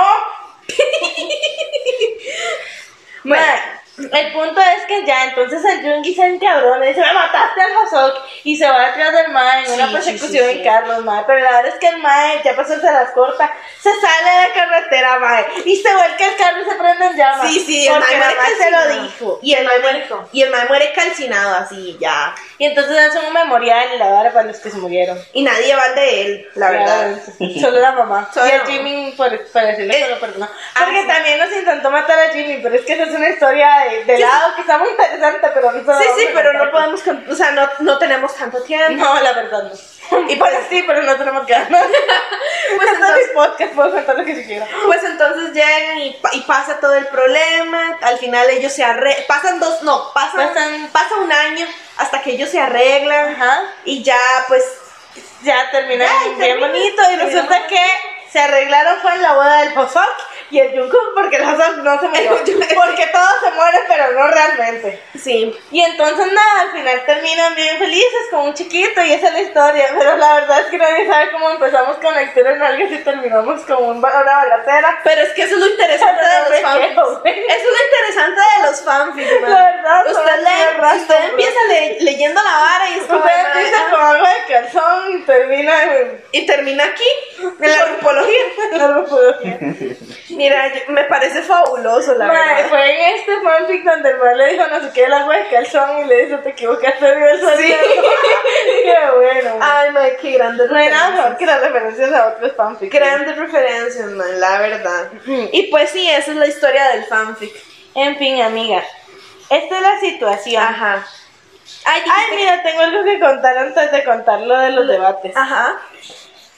Speaker 1: Ma, el punto es que ya, entonces el Jungi se encabrona y dice, me mataste al Hosok y se va detrás del Mae en
Speaker 2: Sí,
Speaker 1: una
Speaker 2: sí,
Speaker 1: persecución
Speaker 2: sí, sí.
Speaker 1: en carros, Mae. Pero la verdad es que el Mae ya pasó se las corta, se sale de la carretera, Mae, y se vuelca el carro y se prende en llamas.
Speaker 2: Sí, sí, el mae
Speaker 1: porque
Speaker 2: muere
Speaker 1: mamá se
Speaker 2: calcinado.
Speaker 1: lo dijo.
Speaker 2: Y el mae muere,
Speaker 1: dijo.
Speaker 2: y el mae muere calcinado así, ya.
Speaker 1: Y entonces hacen un memorial y la vara para los que se murieron.
Speaker 2: Y nadie va al de él, la verdad.
Speaker 1: Claro, Solo la mamá.
Speaker 2: Solo
Speaker 1: y a
Speaker 2: la mamá.
Speaker 1: Jimmy por, por decirle que
Speaker 2: Eh,
Speaker 1: lo perdonó.
Speaker 2: ah,
Speaker 1: Porque
Speaker 2: sí.
Speaker 1: también nos intentó matar a Jimmy, pero es que esa es una historia de, de
Speaker 2: Sí,
Speaker 1: lado que está muy interesante, pero no se la
Speaker 2: Sí,
Speaker 1: vamos
Speaker 2: sí,
Speaker 1: a
Speaker 2: pero
Speaker 1: contar.
Speaker 2: no podemos, con- o sea, no, no tenemos tanto tiempo.
Speaker 1: No, la verdad no. Y pues sí, pero no tenemos [LAUGHS] ganas. pues [LAUGHS] entonces, mis podcast puedo contar lo que yo quiera.
Speaker 2: Pues entonces llegan y, pa- y pasa todo el problema. Al final ellos se arreglan. Pasan dos, no, pasan,
Speaker 1: Pasan-
Speaker 2: pasa un año hasta que ellos se arreglan.
Speaker 1: Ajá.
Speaker 2: Y ya, pues,
Speaker 1: Ya terminan
Speaker 2: Ay,
Speaker 1: bien
Speaker 2: termina.
Speaker 1: bonito y resulta
Speaker 2: Terminamos.
Speaker 1: que se arreglaron fue en la boda del Hosok y el Jungkook porque el Hosok
Speaker 2: [LAUGHS]
Speaker 1: no se murió.
Speaker 2: Jungkook-
Speaker 1: porque todos se mueren, pero no realmente.
Speaker 2: sí.
Speaker 1: Y entonces nada, al final terminan bien felices con un chiquito y esa es la historia. Pero la verdad es que nadie sabe cómo empezamos con la historia en alguien y terminamos con un, ba- una balacera.
Speaker 2: Pero es que eso es lo interesante [LAUGHS] de los
Speaker 1: No, no, no, no, no.
Speaker 2: fanfics. Eso es lo interesante de los fanfics, man.
Speaker 1: La verdad,
Speaker 2: Usted,
Speaker 1: solo tiene
Speaker 2: lee-
Speaker 1: razón,
Speaker 2: usted
Speaker 1: bro.
Speaker 2: empieza le- leyendo la vara y es como,
Speaker 1: Usted
Speaker 2: "Ay,
Speaker 1: empieza
Speaker 2: ay,
Speaker 1: con algo de calzón y termina en
Speaker 2: Y termina aquí, en la rupología. [LAUGHS]
Speaker 1: la rufología.
Speaker 2: Mira, yo- me parece fabuloso, la
Speaker 1: Mae,
Speaker 2: verdad.
Speaker 1: Fue en este fanfic donde el man le dijo no sé qué el agua de calzón y le dice te equivocaste de eso.
Speaker 2: Sí.
Speaker 1: [LAUGHS]
Speaker 2: Ah,
Speaker 1: qué bueno. mae.
Speaker 2: Ay, mae, qué grandes
Speaker 1: No hay nada
Speaker 2: referencias.
Speaker 1: mejor que las referencias a otros fanfics. Mm.
Speaker 2: Grandes referencias, man, la verdad.
Speaker 1: Ujú.
Speaker 2: Y pues sí, esa es la historia del fanfic.
Speaker 1: En fin, amiga. Esta es la situación.
Speaker 2: Ajá. Ay,
Speaker 1: Ay,
Speaker 2: dijiste-
Speaker 1: mira, tengo algo que contar antes de contar lo de los debates.
Speaker 2: Ajá.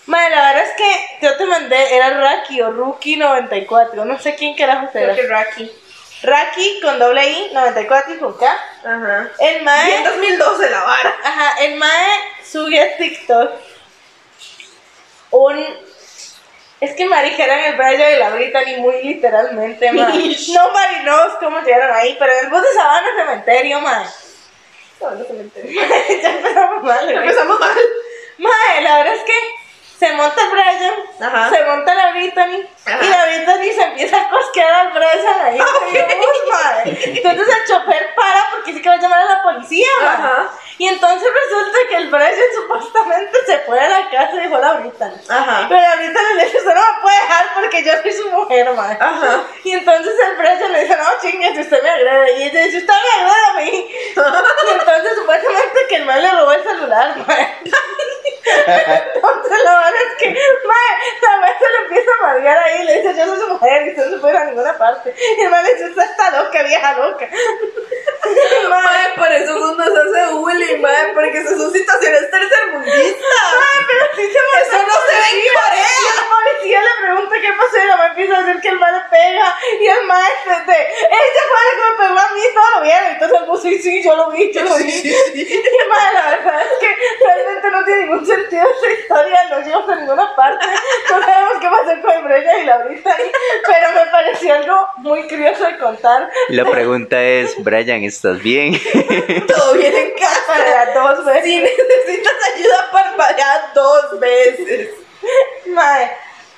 Speaker 1: Madre, la verdad es que yo te mandé, era Raki o Rookie94, no sé quién carajo
Speaker 2: Creo
Speaker 1: era.
Speaker 2: que Rocky.
Speaker 1: Raki con doble I, 94 y con K.
Speaker 2: Ajá.
Speaker 1: El
Speaker 2: Y en
Speaker 1: mae,
Speaker 2: 2012 la vara.
Speaker 1: ajá, el mae sube a TikTok un... Es que maricaran el Brian y la Brittany muy
Speaker 2: [LAUGHS]
Speaker 1: literalmente, mae. No marinos cómo llegaron ahí, pero en el bus de Sabana Cementerio, mae. ya empezamos mal,
Speaker 2: [LAUGHS]
Speaker 1: güey.
Speaker 2: Empezamos mal.
Speaker 1: Pues, Mae, la verdad es que se monta el Brian,
Speaker 2: Ajá.
Speaker 1: se monta la Brittany,
Speaker 2: Ajá.
Speaker 1: y la Brittany se empieza a cosquear al Brian ahí. en el bus, mae. Entonces el chofer para porque dice que va a llamar a la policía, mae.
Speaker 2: Ajá.
Speaker 1: Y entonces resulta que el Brian [LAUGHS] supuestamente se fue a la casa y dejó a la Brittany.
Speaker 2: Ajá.
Speaker 1: Pero la Brittany le dice, usted no me puede dejar porque yo soy su mujer, mae. [LAUGHS]
Speaker 2: Ajá.
Speaker 1: Y entonces el Brian le dice, no, chingue, si usted me agrede. Y ella dice, usted me agrede a mí. Y entonces supuestamente que el mal le robó el celular, [LAUGHS] mae. Entonces la verdad es que, mae, la mae se le empieza a madrear ahí y le dice, yo soy su mujer y usted no se puede ir a ninguna parte. Y el mal le dice, usted está loca, vieja loca.
Speaker 2: Mae, por eso uno nos hace bullying, mae, porque esas son situaciones tercermundistas.
Speaker 1: Mae, pero sí se
Speaker 2: Eso no se ve en Corea.
Speaker 1: Y el policía le pregunta qué pasó y la mamá empieza a decir que el mal le pega. Y el mal este, ella fue la que me pegó a mí, todo lo vieron. Entonces el bus, sí, sí, yo lo vi, yo lo vi. Y madre, la verdad es que realmente no tiene ningún sentido esta historia, no llegamos a ninguna parte. No sabemos qué pasó con Breya y la Brittany, pero me pareció algo muy curioso de contar
Speaker 3: La pregunta es, Brian, ¿estás bien?
Speaker 2: Todo bien en casa.
Speaker 1: para las [LAUGHS] dos veces.
Speaker 2: Si necesitas ayuda, parpadea dos veces.
Speaker 1: Mae,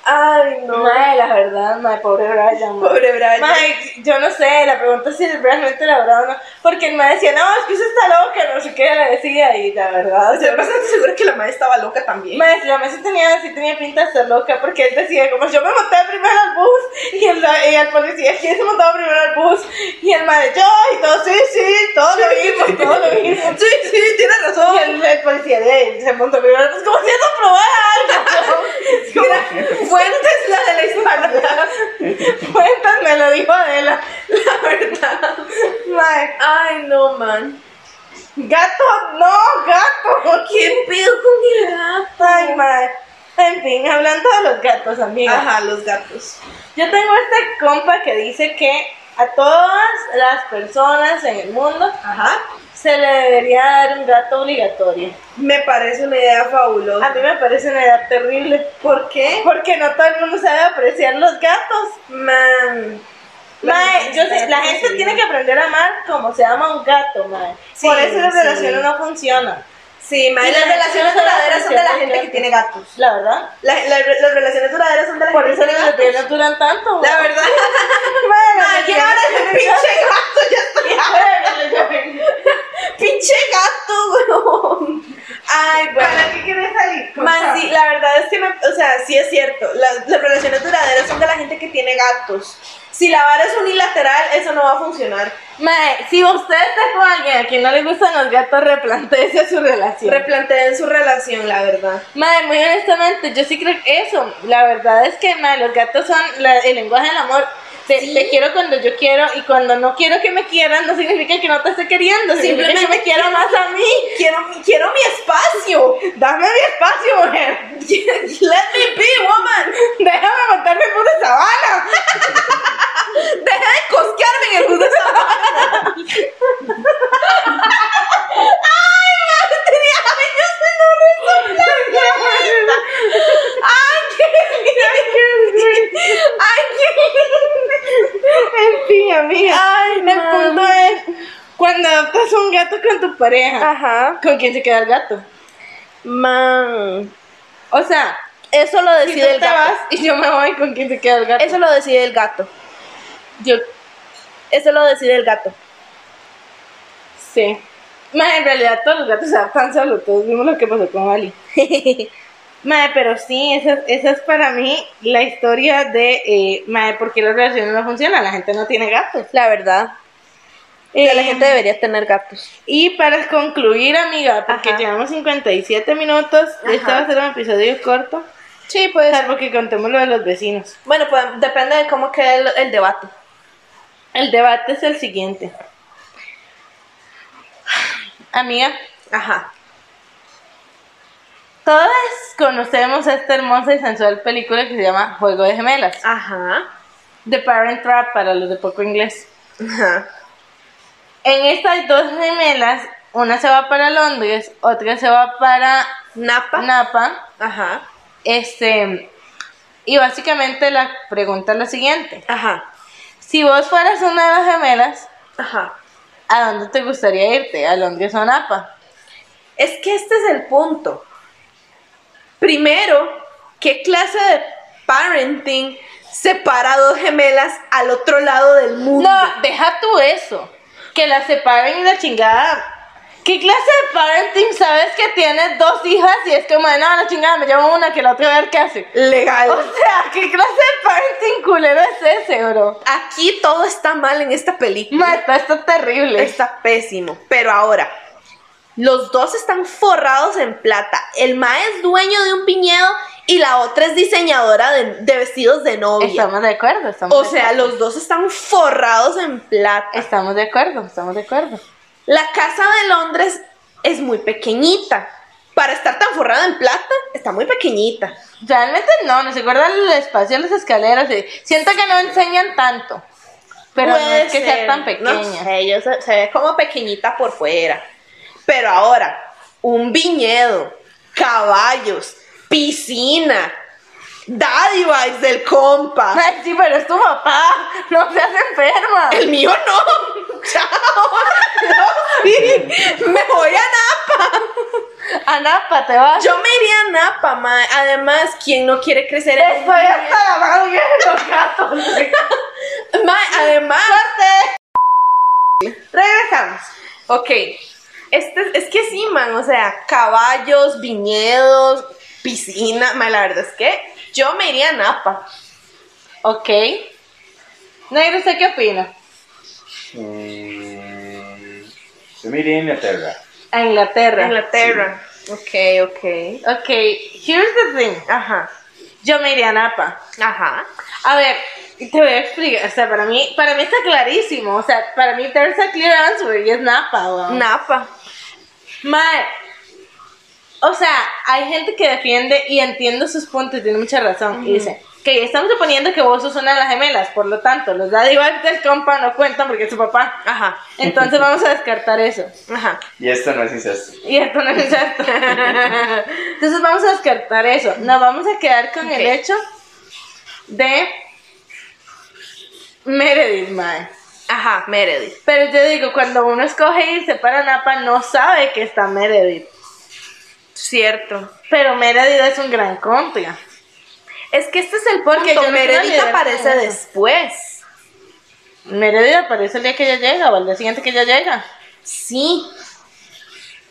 Speaker 2: Ay, no.
Speaker 1: mae, la verdad, mae, pobre Brian. mae.
Speaker 2: Pobre Brian.
Speaker 1: Mae, yo no sé, la pregunta es si realmente la verdad o no. Porque el mae decía, no, es que usted está loca, no sé qué, le decía, y la verdad.
Speaker 2: Estoy bastante segura que la madre estaba loca también. [LAUGHS]
Speaker 1: Mae, la mesa tenía, sí tenía pinta de ser loca porque él decía, como yo me monté primero al bus y el, y el policía, ¿quién se montó primero al bus? Y el madre, yo, y todo, sí, sí, todo lo vimos, todo lo
Speaker 2: [LAUGHS]
Speaker 1: vimos.
Speaker 2: Sí, sí, tienes razón.
Speaker 1: Y el, el policía de él se montó primero al bus, como si eso probara algo.
Speaker 2: Mira, fuentes la de la hispanidad,
Speaker 1: Cuentas, me lo dijo Adela.
Speaker 2: la verdad.
Speaker 1: Mae,
Speaker 2: Ay, no, man.
Speaker 1: gato, no, gato.
Speaker 2: ¿Qué pedo con el gato?
Speaker 1: Ay, mae. En fin, hablando de los gatos, amiga.
Speaker 2: Ajá, los gatos.
Speaker 1: Yo tengo este compa que dice que a todas las personas en el mundo
Speaker 2: Ajá.
Speaker 1: se le debería dar un gato obligatorio.
Speaker 2: Me parece una idea
Speaker 1: A
Speaker 2: fabulosa.
Speaker 1: mí me parece una edad terrible.
Speaker 2: ¿Por qué?
Speaker 1: Porque no todo el mundo sabe apreciar los gatos.
Speaker 2: Man.
Speaker 1: Mae, yo sé, la gente tiene que aprender a amar como se ama un gato, mae.
Speaker 2: Sí,
Speaker 1: Por eso las
Speaker 2: sí.
Speaker 1: relaciones no funcionan.
Speaker 2: Sí, mae,
Speaker 1: Y
Speaker 2: las
Speaker 1: la-
Speaker 2: relaciones
Speaker 1: la-
Speaker 2: duraderas son de la gente que
Speaker 1: gatos.
Speaker 2: tiene gatos.
Speaker 1: La verdad.
Speaker 2: La- la- las relaciones duraderas son de la
Speaker 1: Por
Speaker 2: gente que
Speaker 1: eso los
Speaker 2: tiene gatos.
Speaker 1: bebés no duran tanto,
Speaker 2: La verdad.
Speaker 1: [LAUGHS] Mae,
Speaker 2: Mae, ¿quién habla de pinche gato? Ya estoy
Speaker 1: [LAUGHS]
Speaker 2: Pinche gato, weón. Ay, bueno.
Speaker 1: qué quieres salir?
Speaker 2: Man, sí, la verdad es que, me- o sea, sí es cierto. Las, las relaciones duraderas son de la gente que tiene gatos. Si la vara es unilateral, eso no va a funcionar.
Speaker 1: Mae, si usted está con alguien a quien no le gustan los gatos, replantéese su relación.
Speaker 2: Replanteen su relación, la verdad.
Speaker 1: Mae, muy honestamente, yo sí creo que eso. La verdad es que, mae, los gatos son la- el lenguaje del amor. Te, te quiero cuando yo quiero y cuando no quiero que me quieran no significa que no te esté queriendo, simplemente
Speaker 2: Simplemente
Speaker 1: me quiero más a mí.
Speaker 2: Quiero, mi- quiero mi espacio.
Speaker 1: Dame mi espacio, mujer.
Speaker 2: [LAUGHS] Let me be, woman.
Speaker 1: Déjame montarme en una sabana.
Speaker 2: Deja de cosquearme en el mundo de esa vara. Ay, madre, tenía años de no resoplarme la vuelta. Ay, qué lindo. Ay, qué lindo.
Speaker 1: En fin, amiga.
Speaker 2: Ay,
Speaker 1: el punto es cuando adoptas un gato con tu pareja,
Speaker 2: Ajá.
Speaker 1: ¿con quién se queda el gato?
Speaker 2: Man.
Speaker 1: O sea,
Speaker 2: Eso lo
Speaker 1: si
Speaker 2: decide
Speaker 1: tú
Speaker 2: el
Speaker 1: te
Speaker 2: gato.
Speaker 1: vas y yo me voy, ¿con quién se queda el gato?
Speaker 2: Eso lo decide el gato.
Speaker 1: yo
Speaker 2: Eso lo decide el gato.
Speaker 1: Sí. Mae, en realidad todos los gatos se adaptan solos. Todos vimos lo que pasó con
Speaker 2: [LAUGHS]
Speaker 1: Ali. Mae, pero sí, esa, esa es para mí la historia de, eh, mae, ¿por qué las relaciones no funcionan? La gente no tiene gatos.
Speaker 2: La verdad. Que la gente debería tener gatos.
Speaker 1: Y para concluir, amiga, porque
Speaker 2: Ajá.
Speaker 1: llevamos 57 minutos, este va a ser un episodio corto,
Speaker 2: Sí, pues.
Speaker 1: salvo que contemos lo de los vecinos.
Speaker 2: Bueno, pues depende de cómo quede el, el debate.
Speaker 1: El debate es el siguiente. Amiga,
Speaker 2: Ajá.
Speaker 1: todas conocemos esta hermosa y sensual película que se llama Juego de Gemelas.
Speaker 2: Ah. Ajá.
Speaker 1: The Parent Trap para los de poco inglés.
Speaker 2: Ajá.
Speaker 1: En esta hay dos gemelas, una se va para Londres, otra se va para
Speaker 2: Napa.
Speaker 1: Napa.
Speaker 2: Ajá.
Speaker 1: Este, y básicamente la pregunta es la siguiente.
Speaker 2: Ajá.
Speaker 1: Si vos fueras una de las gemelas,
Speaker 2: Ajá.
Speaker 1: ¿a dónde te gustaría irte? ¿A Londres o a Napa?
Speaker 2: Es que este es el punto. Primero, ¿qué clase de parenting separa a dos gemelas al otro lado del mundo?
Speaker 1: No, deja tú eso. Que la separen y la chingada. ¿Qué clase de parenting sabes que tienes dos hijas y es como de no, la chingada, me llevo una que la otra a ver qué hace?
Speaker 2: Legal.
Speaker 1: O sea, ¿qué clase de parenting culero es ese, bro?
Speaker 2: Aquí todo está mal en esta película.
Speaker 1: Mata, está terrible.
Speaker 2: Está pésimo. Pero ahora, los dos están forrados en plata. El ma es dueño de un viñedo y la otra es diseñadora de, de vestidos de novia.
Speaker 1: Estamos de acuerdo, estamos
Speaker 2: O
Speaker 1: de
Speaker 2: sea,
Speaker 1: acuerdo.
Speaker 2: los dos están forrados en plata.
Speaker 1: Estamos de acuerdo, estamos de acuerdo.
Speaker 2: La casa de Londres es muy pequeñita. Para estar tan forrada en plata, está muy pequeñita.
Speaker 1: Realmente no, no se acuerdan el espacio, las escaleras. eh. Siento que no enseñan tanto. Pero no
Speaker 2: Puede
Speaker 1: es que
Speaker 2: ser,
Speaker 1: sea tan pequeña.
Speaker 2: no sé, yo se, se ve como pequeñita por fuera. Pero ahora, un viñedo, caballos, piscina, daddy vibes del
Speaker 1: [LAUGHS]
Speaker 2: compa.
Speaker 1: Ay, sí, pero es tu papá. No seas enferma.
Speaker 2: El mío no. [LAUGHS] Chao. No, sí. Me voy a Napa.
Speaker 1: Anapa, te vas.
Speaker 2: Yo me iría a Napa, ma. Además, quien no quiere crecer en un
Speaker 1: estoy hasta la madre de los gatos.
Speaker 2: viñedo? Ma, además.
Speaker 1: Regresamos.
Speaker 2: Ok. Este, es que sí, man, o sea, caballos, viñedos, piscina, ma, la verdad es que yo me iría a Napa.
Speaker 1: Ok. Negro, ¿usted qué opina?
Speaker 3: Mm, Yo me iría a Inglaterra.
Speaker 1: A Inglaterra.
Speaker 2: Inglaterra. Ok, ok.
Speaker 1: Ok, here's the thing.
Speaker 2: Ajá,
Speaker 1: Yo me iría a Napa.
Speaker 2: ajá.
Speaker 1: A ver, te voy a explicar. O sea, para mí, para mí está clarísimo. O sea, para mí there's a clear answer y es Napa, weón.
Speaker 2: Napa.
Speaker 1: Mae, O sea, hay gente que defiende y entiendo sus puntos y tiene mucha razón. Y dice, que estamos suponiendo que vos sos una de las gemelas, por lo tanto, los daddy del compa no cuentan porque es su papá.
Speaker 2: Ajá,
Speaker 1: Entonces vamos a descartar eso.
Speaker 2: ajá.
Speaker 3: Y esto no es incesto.
Speaker 1: Y esto no es exacto. Entonces vamos a descartar eso. Nos vamos a quedar con el
Speaker 2: Ok.
Speaker 1: hecho de Meredith Mae.
Speaker 2: Ajá, Meredith.
Speaker 1: Pero yo digo, cuando uno escoge irse para Napa, no sabe que está Meredith.
Speaker 2: Cierto.
Speaker 1: Pero Meredith es un gran contra.
Speaker 2: Es que este es el
Speaker 1: Porque
Speaker 2: Porque
Speaker 1: yo no quiero
Speaker 2: Meredith
Speaker 1: lidiar con
Speaker 2: aparece
Speaker 1: eso.
Speaker 2: después.
Speaker 1: Meredith aparece el día que ella llega o al día siguiente que ella llega.
Speaker 2: Sí.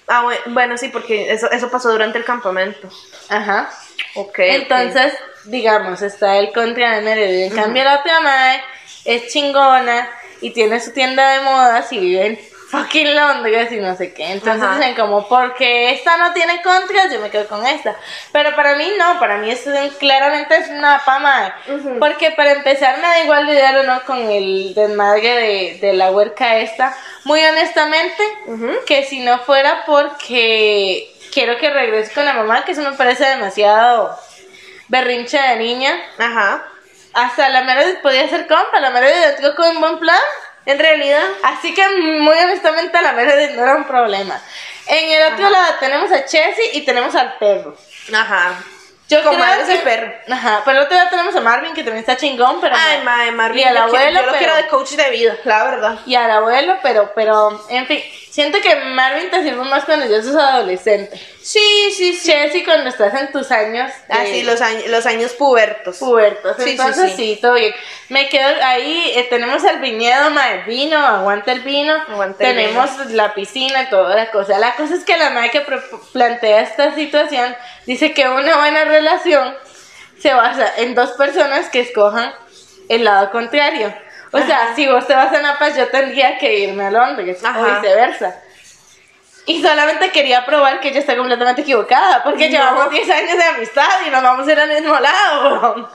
Speaker 2: Ah, bue- bueno, sí, porque eso, eso pasó durante el campamento.
Speaker 1: Ajá.
Speaker 2: Ok.
Speaker 1: Entonces, digamos, está el contra de Meredith. En cambio, la otra madre es chingona y tiene su tienda de modas y vive en fucking Londres y no sé qué. Entonces
Speaker 2: Ajá.
Speaker 1: dicen como, porque esta no tiene contras, yo me quedo con esta. Pero para mí no, para mí es un- claramente es una pama.
Speaker 2: Ujú.
Speaker 1: Porque para empezar me da igual lidiar o no con el desmadre de, de la huerca esta. Muy honestamente,
Speaker 2: Ujú.
Speaker 1: que si no fuera porque quiero que regrese con la mamá, que eso me parece demasiado berrinche de niña.
Speaker 2: Ajá.
Speaker 1: Hasta la Meredith podía ser compa, la Meredith entró con un buen plan.
Speaker 2: En realidad,
Speaker 1: Así que muy honestamente la Meredith no era un problema. En el otro lado tenemos a Chelsea y tenemos al perro.
Speaker 2: ajá.
Speaker 1: Yo
Speaker 2: Con
Speaker 1: creo
Speaker 2: madres
Speaker 1: que-
Speaker 2: y perro.
Speaker 1: Ajá, pero el otro lado tenemos a Marvin que también está chingón, pero...
Speaker 2: Ay,
Speaker 1: no.
Speaker 2: madre, Marvin,
Speaker 1: Y al
Speaker 2: yo quiero-
Speaker 1: abuelo,
Speaker 2: yo lo
Speaker 1: pero-
Speaker 2: quiero de coach de vida, la verdad.
Speaker 1: Y al abuelo, pero, pero, en fin, siento que Marvin te sirve más cuando ya sos adolescente.
Speaker 2: Sí, sí, sí. Ah,
Speaker 1: Chelsea cuando estás en tus años. eh, de-
Speaker 2: Así, los, años, los años pubertos.
Speaker 1: pubertos.
Speaker 2: Sí, sí,
Speaker 1: Entonces sí,
Speaker 2: sí.
Speaker 1: todo bien. Me quedo ahí, eh, tenemos el viñedo, mae, vino, aguanta el vino,
Speaker 2: Aguanta el
Speaker 1: tenemos la piscina, toda la cosa. La cosa es que la madre que pro- plantea esta situación dice que una buena relación se basa en dos personas que escojan el lado contrario. O sea, si vos te vas a Napas, yo tendría que irme a Londres, o
Speaker 2: Ajá.
Speaker 1: viceversa. Y solamente quería probar que ella está completamente equivocada, porque
Speaker 2: No.
Speaker 1: llevamos 10 años de amistad y nos vamos a ir al mismo lado. weón.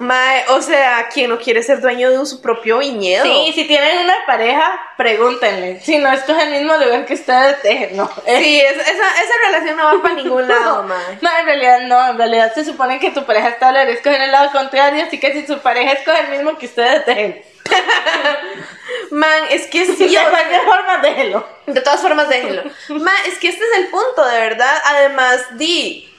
Speaker 2: Mae, o sea, quien no quiere ser dueño de su propio viñedo.
Speaker 1: Sí, si tienen una pareja, pregúntenle. Si no, escoge el mismo lugar que ustedes, eh, no.
Speaker 2: Sí, es- esa, esa relación [LAUGHS] no va para ningún lado, mae.
Speaker 1: No, en realidad no, en realidad se supone que tu pareja está al escoger el lado contrario, así que si su pareja escoge el mismo que ustedes, dejen.
Speaker 2: Man, es
Speaker 1: [LAUGHS]
Speaker 2: que sí,
Speaker 1: Si
Speaker 2: o
Speaker 1: de
Speaker 2: sea,
Speaker 1: cualquier forma, déjenlo.
Speaker 2: De todas formas, déjenlo. Ma, es que este es el punto, de verdad. Además, di,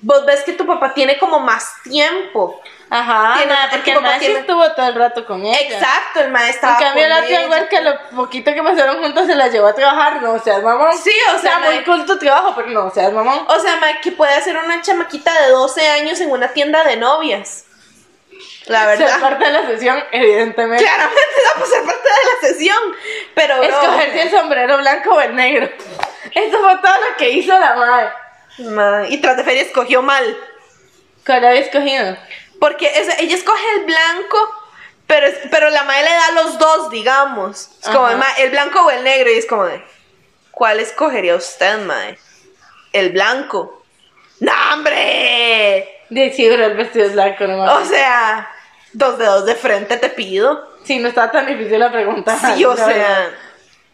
Speaker 2: vos ves que tu papá tiene como más tiempo.
Speaker 1: Ajá,
Speaker 2: Tiene-
Speaker 1: nada, porque
Speaker 2: tu
Speaker 1: el
Speaker 2: papá
Speaker 1: maestro
Speaker 2: tiene-
Speaker 1: estuvo todo el rato con ella.
Speaker 2: Exacto, el maestro.
Speaker 1: En cambio, la otra huerca, lo poquito que pasaron juntos se la llevó a trabajar, no seas mamón.
Speaker 2: Sí, o
Speaker 1: o sea,
Speaker 2: sea,
Speaker 1: muy
Speaker 2: mae.
Speaker 1: cool tu trabajo, pero no seas mamón.
Speaker 2: O sea, ma, que puede hacer una chamaquita de 12 años en una tienda de novias. La
Speaker 1: Ser
Speaker 2: verdad.
Speaker 1: parte de la sesión, evidentemente.
Speaker 2: Claramente no pues ser parte de la sesión. Pero bro,
Speaker 1: Escogerse el sombrero blanco o el negro. [LAUGHS] Eso fue todo lo que hizo la madre.
Speaker 2: ma, y tras de feria escogió mal.
Speaker 1: ¿Cuál había escogido?
Speaker 2: Porque es- ella escoge el blanco, pero, es- pero la madre le da los dos, digamos. Es como,
Speaker 1: Ajá.
Speaker 2: "Ma, el blanco o el negro. Y es como de, ¿cuál escogería usted, madre? El blanco. ¡No, hombre!
Speaker 1: De seguro el vestido es blanco, no
Speaker 2: O
Speaker 1: mames.
Speaker 2: sea, dos dedos de frente te pido.
Speaker 1: Sí, no estaba tan difícil la pregunta.
Speaker 2: Sí, o
Speaker 1: [LAUGHS] la verdad.
Speaker 2: sea,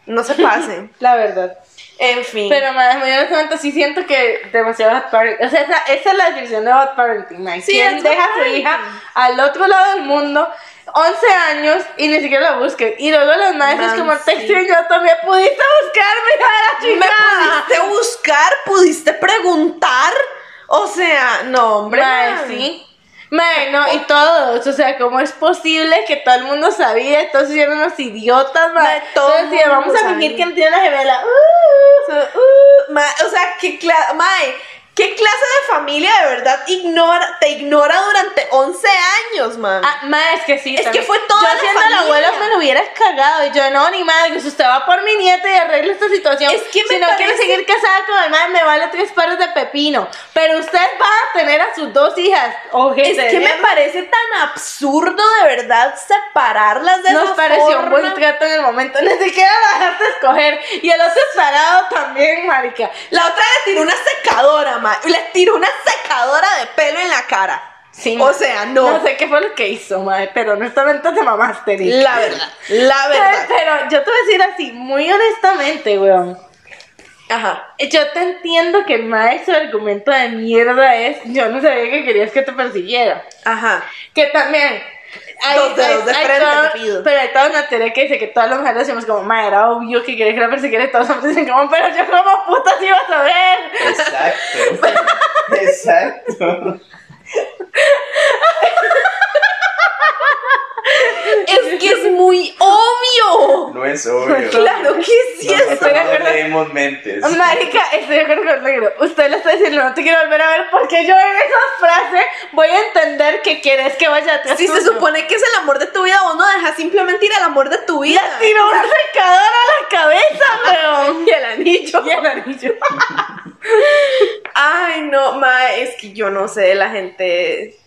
Speaker 2: no se pasen.
Speaker 1: La verdad.
Speaker 2: [LAUGHS] En fin.
Speaker 1: Pero madre, muy honestamente sí siento que demasiado bad parenting. O sea, esa, esa es la definición de bad parenting, madre.
Speaker 2: Sí,
Speaker 1: ¿Quién
Speaker 2: es bad
Speaker 1: deja a su
Speaker 2: parenting.
Speaker 1: hija al otro lado del mundo, 11 años, y ni siquiera la busquen? Y luego las madres es
Speaker 2: Man,
Speaker 1: como, te
Speaker 2: sí.
Speaker 1: extraño, también pudiste buscarme, hija de
Speaker 2: me
Speaker 1: la chingada.
Speaker 2: pudiste buscar, pudiste preguntar. O sea, no, hombre.
Speaker 1: Mae,
Speaker 2: man.
Speaker 1: sí. Mae, no, y todos, o sea, ¿cómo es posible que todo el mundo sabía? Entonces eran unos idiotas, mae.
Speaker 2: Mae, todo el
Speaker 1: Entonces, sí,
Speaker 2: mundo
Speaker 1: vamos a
Speaker 2: sabía.
Speaker 1: fingir que no tiene la gemela.
Speaker 2: O sea, uh, ma- o sea, qué cla- mae, qué clase de familia de verdad ignora, te ignora durante 11 años, man.
Speaker 1: Ah, mae, es que sí.
Speaker 2: Es que
Speaker 1: también.
Speaker 2: fue toda
Speaker 1: Yo
Speaker 2: la
Speaker 1: siendo la
Speaker 2: familia.
Speaker 1: abuela me lo hubieras cagado. Y yo, no, ni madre, si usted va por mi nieta y arregla esta situación.
Speaker 2: Es que me
Speaker 1: si no quiere
Speaker 2: parece-
Speaker 1: seguir casada con el mae, me vale tres pares de pepino. Pero usted va a tener a sus dos hijas. Ojete ¿eh?
Speaker 2: es
Speaker 1: de
Speaker 2: que me
Speaker 1: mierda.
Speaker 2: parece tan absurdo de verdad separarlas de
Speaker 1: Nos
Speaker 2: esa
Speaker 1: pareció un
Speaker 2: forma.
Speaker 1: buen trato en el momento. [LAUGHS] Ni siquiera la dejaste escoger. Y el otro es tarado también, marica.
Speaker 2: La otra le tiró una secadora, ma. y Le tiró una secadora de pelo en la cara.
Speaker 1: Sí,
Speaker 2: O
Speaker 1: ma.
Speaker 2: sea,
Speaker 1: No,
Speaker 2: no.
Speaker 1: sé qué fue lo que hizo, madre. Pero honestamente te mamaste, Nick.
Speaker 2: La verdad. La
Speaker 1: Pero,
Speaker 2: verdad.
Speaker 1: pero yo te voy a decir así, muy honestamente, weón. Ajá. Yo te entiendo que el maestro argumento de mierda es yo no sabía que querías que te persiguiera.
Speaker 2: Ajá.
Speaker 1: Que también. Hay,
Speaker 2: Dos dedos de frente,
Speaker 1: toda-
Speaker 2: te pido.
Speaker 1: pero hay toda una teoría que dice que todas las mujeres decimos como, ma, era obvio que quería que la persiguiera y todos los hombres dicen como, pero yo como putas iba a saber. [LAUGHS]
Speaker 3: Exacto. Exacto.
Speaker 2: Es que es muy obvio.
Speaker 3: No es obvio.
Speaker 2: Claro que sí es.
Speaker 3: Nosotros
Speaker 1: estoy de
Speaker 3: no
Speaker 1: acuerdo.
Speaker 3: leemos mentes.
Speaker 1: Marica, estoy de acuerdo con el negro. Usted le está diciendo, no te quiero volver a ver porque yo en esa frase voy a entender que quieres que vaya atrás.
Speaker 2: Si se
Speaker 1: tuyo.
Speaker 2: supone que es el amor de tu vida, vos no dejas simplemente ir al amor de tu vida.
Speaker 1: Le tiró una secadora a la cabeza, weón.
Speaker 2: Y el anillo.
Speaker 1: Y el anillo.
Speaker 2: Ay, no, ma, es que yo no sé, la gente.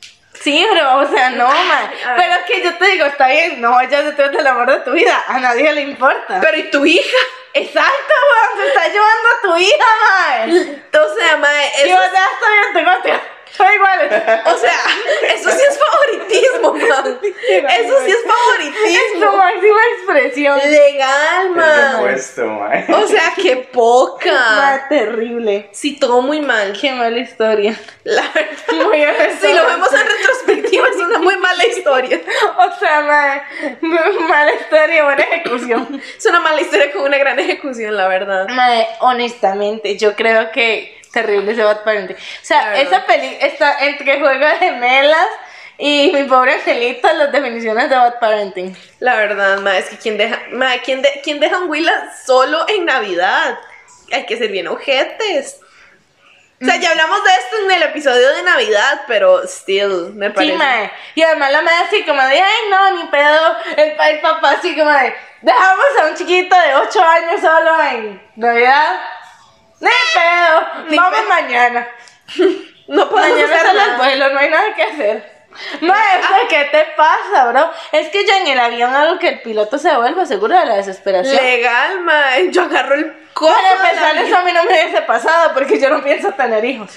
Speaker 1: Sí, bro, o sea, no, ma.
Speaker 2: A ver.
Speaker 1: Pero que yo te digo, está bien, no vayas detrás del amor de tu vida. A nadie le importa.
Speaker 2: Pero ¿y tu hija?
Speaker 1: Exacto, weón, te estás llevando a tu hija, ma.
Speaker 2: O sea, ma,
Speaker 1: Y
Speaker 2: eso,
Speaker 1: vos ya está bien, te contigo. [LAUGHS] Soy igual.
Speaker 2: [LAUGHS]
Speaker 1: [LAUGHS]
Speaker 2: o sea, eso sí es favoritismo, ma. Eso sí es
Speaker 1: Es tu
Speaker 2: favoritismo.
Speaker 1: máxima expresión.
Speaker 2: Legal,
Speaker 3: Es
Speaker 2: ma.
Speaker 3: opuesto, mae.
Speaker 2: O sea, qué poca.
Speaker 1: Ma, terrible.
Speaker 2: Sí, todo muy mal.
Speaker 1: Qué mala historia.
Speaker 2: [LAUGHS] La verdad.
Speaker 1: Muy honesto.
Speaker 2: Si lo vemos en retrospectiva, es una muy mala historia.
Speaker 1: [LAUGHS] O sea, ma, [LAUGHS] mala historia, buena ejecución.
Speaker 2: Es una mala historia con una gran ejecución, la verdad.
Speaker 1: Mae, honestamente, yo creo que terrible ese Bad Parent. O sea,
Speaker 2: La verdad.
Speaker 1: esa peli está entre Juego de Gemelas y mi pobre angelito, las definiciones de Bad Parenting.
Speaker 2: La verdad, ma, es que quien deja, ma, ¿quién, de- quién deja un Willa solo en Navidad? Hay que ser bien ojetes. O sea, ya hablamos de esto en el episodio de Navidad, pero still, me
Speaker 1: Sí,
Speaker 2: parece.
Speaker 1: mae. Y además la madre así como de, ay, no, ni pedo. El, pa- el papá así como de, dejamos a un chiquito de 8 años solo en Navidad. Ni pedo,
Speaker 2: Ni
Speaker 1: vamos
Speaker 2: pedo.
Speaker 1: mañana.
Speaker 2: no podemos
Speaker 1: Mañana
Speaker 2: hacer
Speaker 1: sale al
Speaker 2: nada.
Speaker 1: vuelo, no hay nada que hacer.
Speaker 2: Ah.
Speaker 1: Maestra, ¿qué te pasa, bro? Es que yo en el avión hago que el piloto se vuelva seguro de la desesperación.
Speaker 2: Legal, ma, yo agarro el codo.
Speaker 1: Para
Speaker 2: de la
Speaker 1: empezar,
Speaker 2: vida.
Speaker 1: eso a mí no me hubiese pasado porque yo no pienso tener hijos.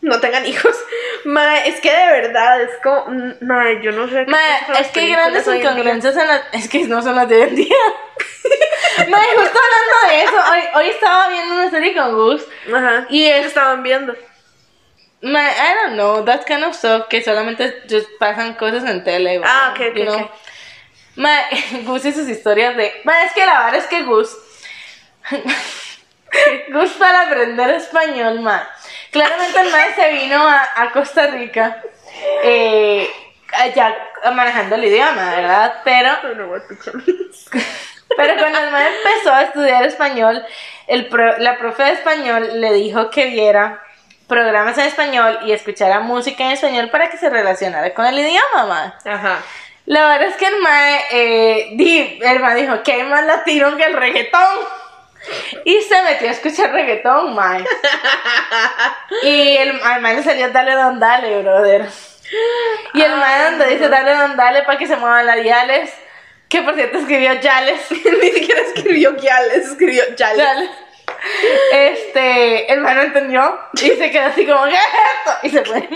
Speaker 2: No tengan hijos. Ma, es que de verdad, es como. mm, Ma, yo no sé. qué
Speaker 1: Mae,
Speaker 2: pasa con
Speaker 1: es
Speaker 2: las
Speaker 1: que hay grandes
Speaker 2: películas hoy en día.
Speaker 1: incongruencias en la... Es que no son las de hoy en día. [LAUGHS] Mae, justo hablando de eso, hoy, hoy estaba viendo una serie con Gus
Speaker 2: Ajá.
Speaker 1: y
Speaker 2: ¿Qué
Speaker 1: es...
Speaker 2: estaban viendo?
Speaker 1: Mae, I don't know, that kind of stuff que solamente just pasan cosas en tele.
Speaker 2: Ah,
Speaker 1: bueno,
Speaker 2: ok, ok,
Speaker 1: you know.
Speaker 2: ok.
Speaker 1: Ma, [LAUGHS] Gus y sus historias de. Ma, es que la verdad es que Gus. [LAUGHS] Gus para aprender español, ma. Claramente el ma se vino a, a Costa Rica. Eh, allá manejando el idioma, ¿verdad? Pero pero cuando el man empezó a estudiar español, el pro- la profe de español le dijo que viera programas en español y escuchara música en español para que se relacionara con el idioma, ma.
Speaker 2: Ajá.
Speaker 1: La verdad es que el mae, eh, di- el mae dijo que hay más latino que el reggaetón. Y se metió a escuchar reggaetón, mae. Y el, al mae le salió dale don dale, brother. Y el mae donde dice dale don dale para que se muevan las diales. Que por cierto escribió yales. [LAUGHS]
Speaker 2: Ni siquiera escribió Giales, escribió Yales.
Speaker 1: Yales. Este, el mae no entendió y se quedó así como, ¿qué es esto? Y se fue.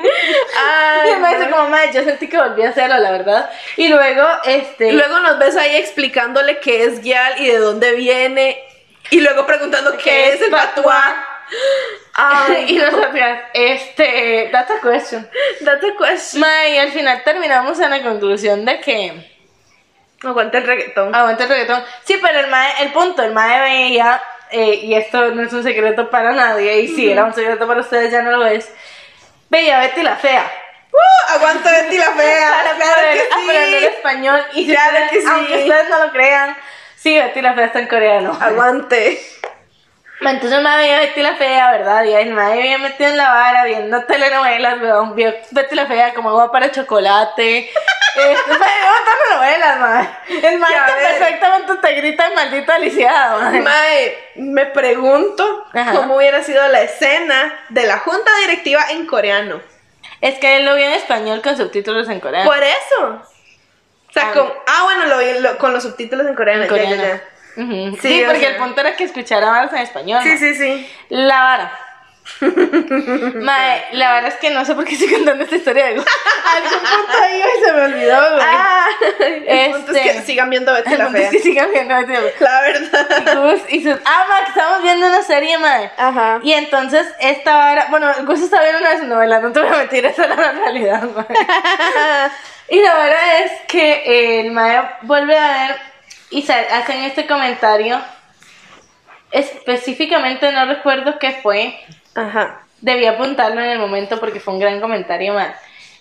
Speaker 2: Ay,
Speaker 1: y el mae dice
Speaker 2: no.
Speaker 1: como, mae, yo sentí que volví a hacerlo, la verdad. Y luego, este...
Speaker 2: Y Luego nos ves ahí explicándole qué es Gial y de dónde viene. Y luego preguntando qué, es el patuá.
Speaker 1: [LAUGHS]
Speaker 2: [LAUGHS]
Speaker 1: y
Speaker 2: Ay,
Speaker 1: nosotras, este, that's a question.
Speaker 2: date cuenta.
Speaker 1: Ma, y al final terminamos en la conclusión de que
Speaker 2: Aguanta el reggaetón.
Speaker 1: aguanta el reggaetón. Sí, pero el mae, el punto, el mae veía, eh, y esto no es un secreto para nadie, y si era un secreto para ustedes ya no lo es, veía a Betty la Fea.
Speaker 2: Uh, aguanta Betty la fea.
Speaker 1: aprender-
Speaker 2: ah,
Speaker 1: aprender español, y si
Speaker 2: Claro
Speaker 1: [LAUGHS] ustedes-
Speaker 2: que sí.
Speaker 1: aunque ustedes no lo crean, sí, Betty la Fea está en coreano.
Speaker 2: Ah, Aguante.
Speaker 1: Ma, Entonces me había Betty la Fea, ¿verdad? Y el madre había metido en la vara viendo telenovelas, weón. Vio Betty la Fea como agua
Speaker 2: [LAUGHS]
Speaker 1: para chocolate. Este, me vio otras novelas, madre. El madre
Speaker 2: Ya
Speaker 1: que
Speaker 2: ves.
Speaker 1: perfectamente te grita maldita lisiada, madre.
Speaker 2: Mae, me pregunto
Speaker 1: Ajá.
Speaker 2: cómo hubiera sido la escena de la junta directiva en coreano.
Speaker 1: Es que él lo vio en español con subtítulos en coreano.
Speaker 2: Por eso. O sea,
Speaker 1: Ah.
Speaker 2: con, ah, bueno, lo vi lo- con los subtítulos en coreano.
Speaker 1: en
Speaker 2: ya, ya,
Speaker 1: coreano.
Speaker 2: ya.
Speaker 1: Ujú.
Speaker 2: Sí,
Speaker 1: Sí,
Speaker 2: o
Speaker 1: porque
Speaker 2: sea.
Speaker 1: Ah. el punto era que escuchara varas en español.
Speaker 2: Sí,
Speaker 1: ma. [LAUGHS]
Speaker 2: sí, sí.
Speaker 1: La vara. Mae, la verdad es que no sé por qué estoy contando esta historia de Go. [LAUGHS] Algún punto ahí y se me olvidó, güey.
Speaker 2: Ah, el
Speaker 1: Este- Ah,
Speaker 2: punto es que sigan viendo Betty
Speaker 1: El
Speaker 2: la
Speaker 1: punto
Speaker 2: Fea.
Speaker 1: es que sigan viendo este güey.
Speaker 2: La verdad.
Speaker 1: Gus y sus. Ah, mae, que estamos viendo una serie, mae.
Speaker 2: Ajá.
Speaker 1: Y entonces esta vara, bueno, Gus está viendo una de sus novelas, no te voy a mentir, esa era la realidad, [LAUGHS] mae. Y la verdad es que eh, el mae vuelve a ver y sa- hacen este comentario. Específicamente no recuerdo qué fue,
Speaker 2: Ajá.
Speaker 1: Debí apuntarlo en el momento porque fue un gran comentario más.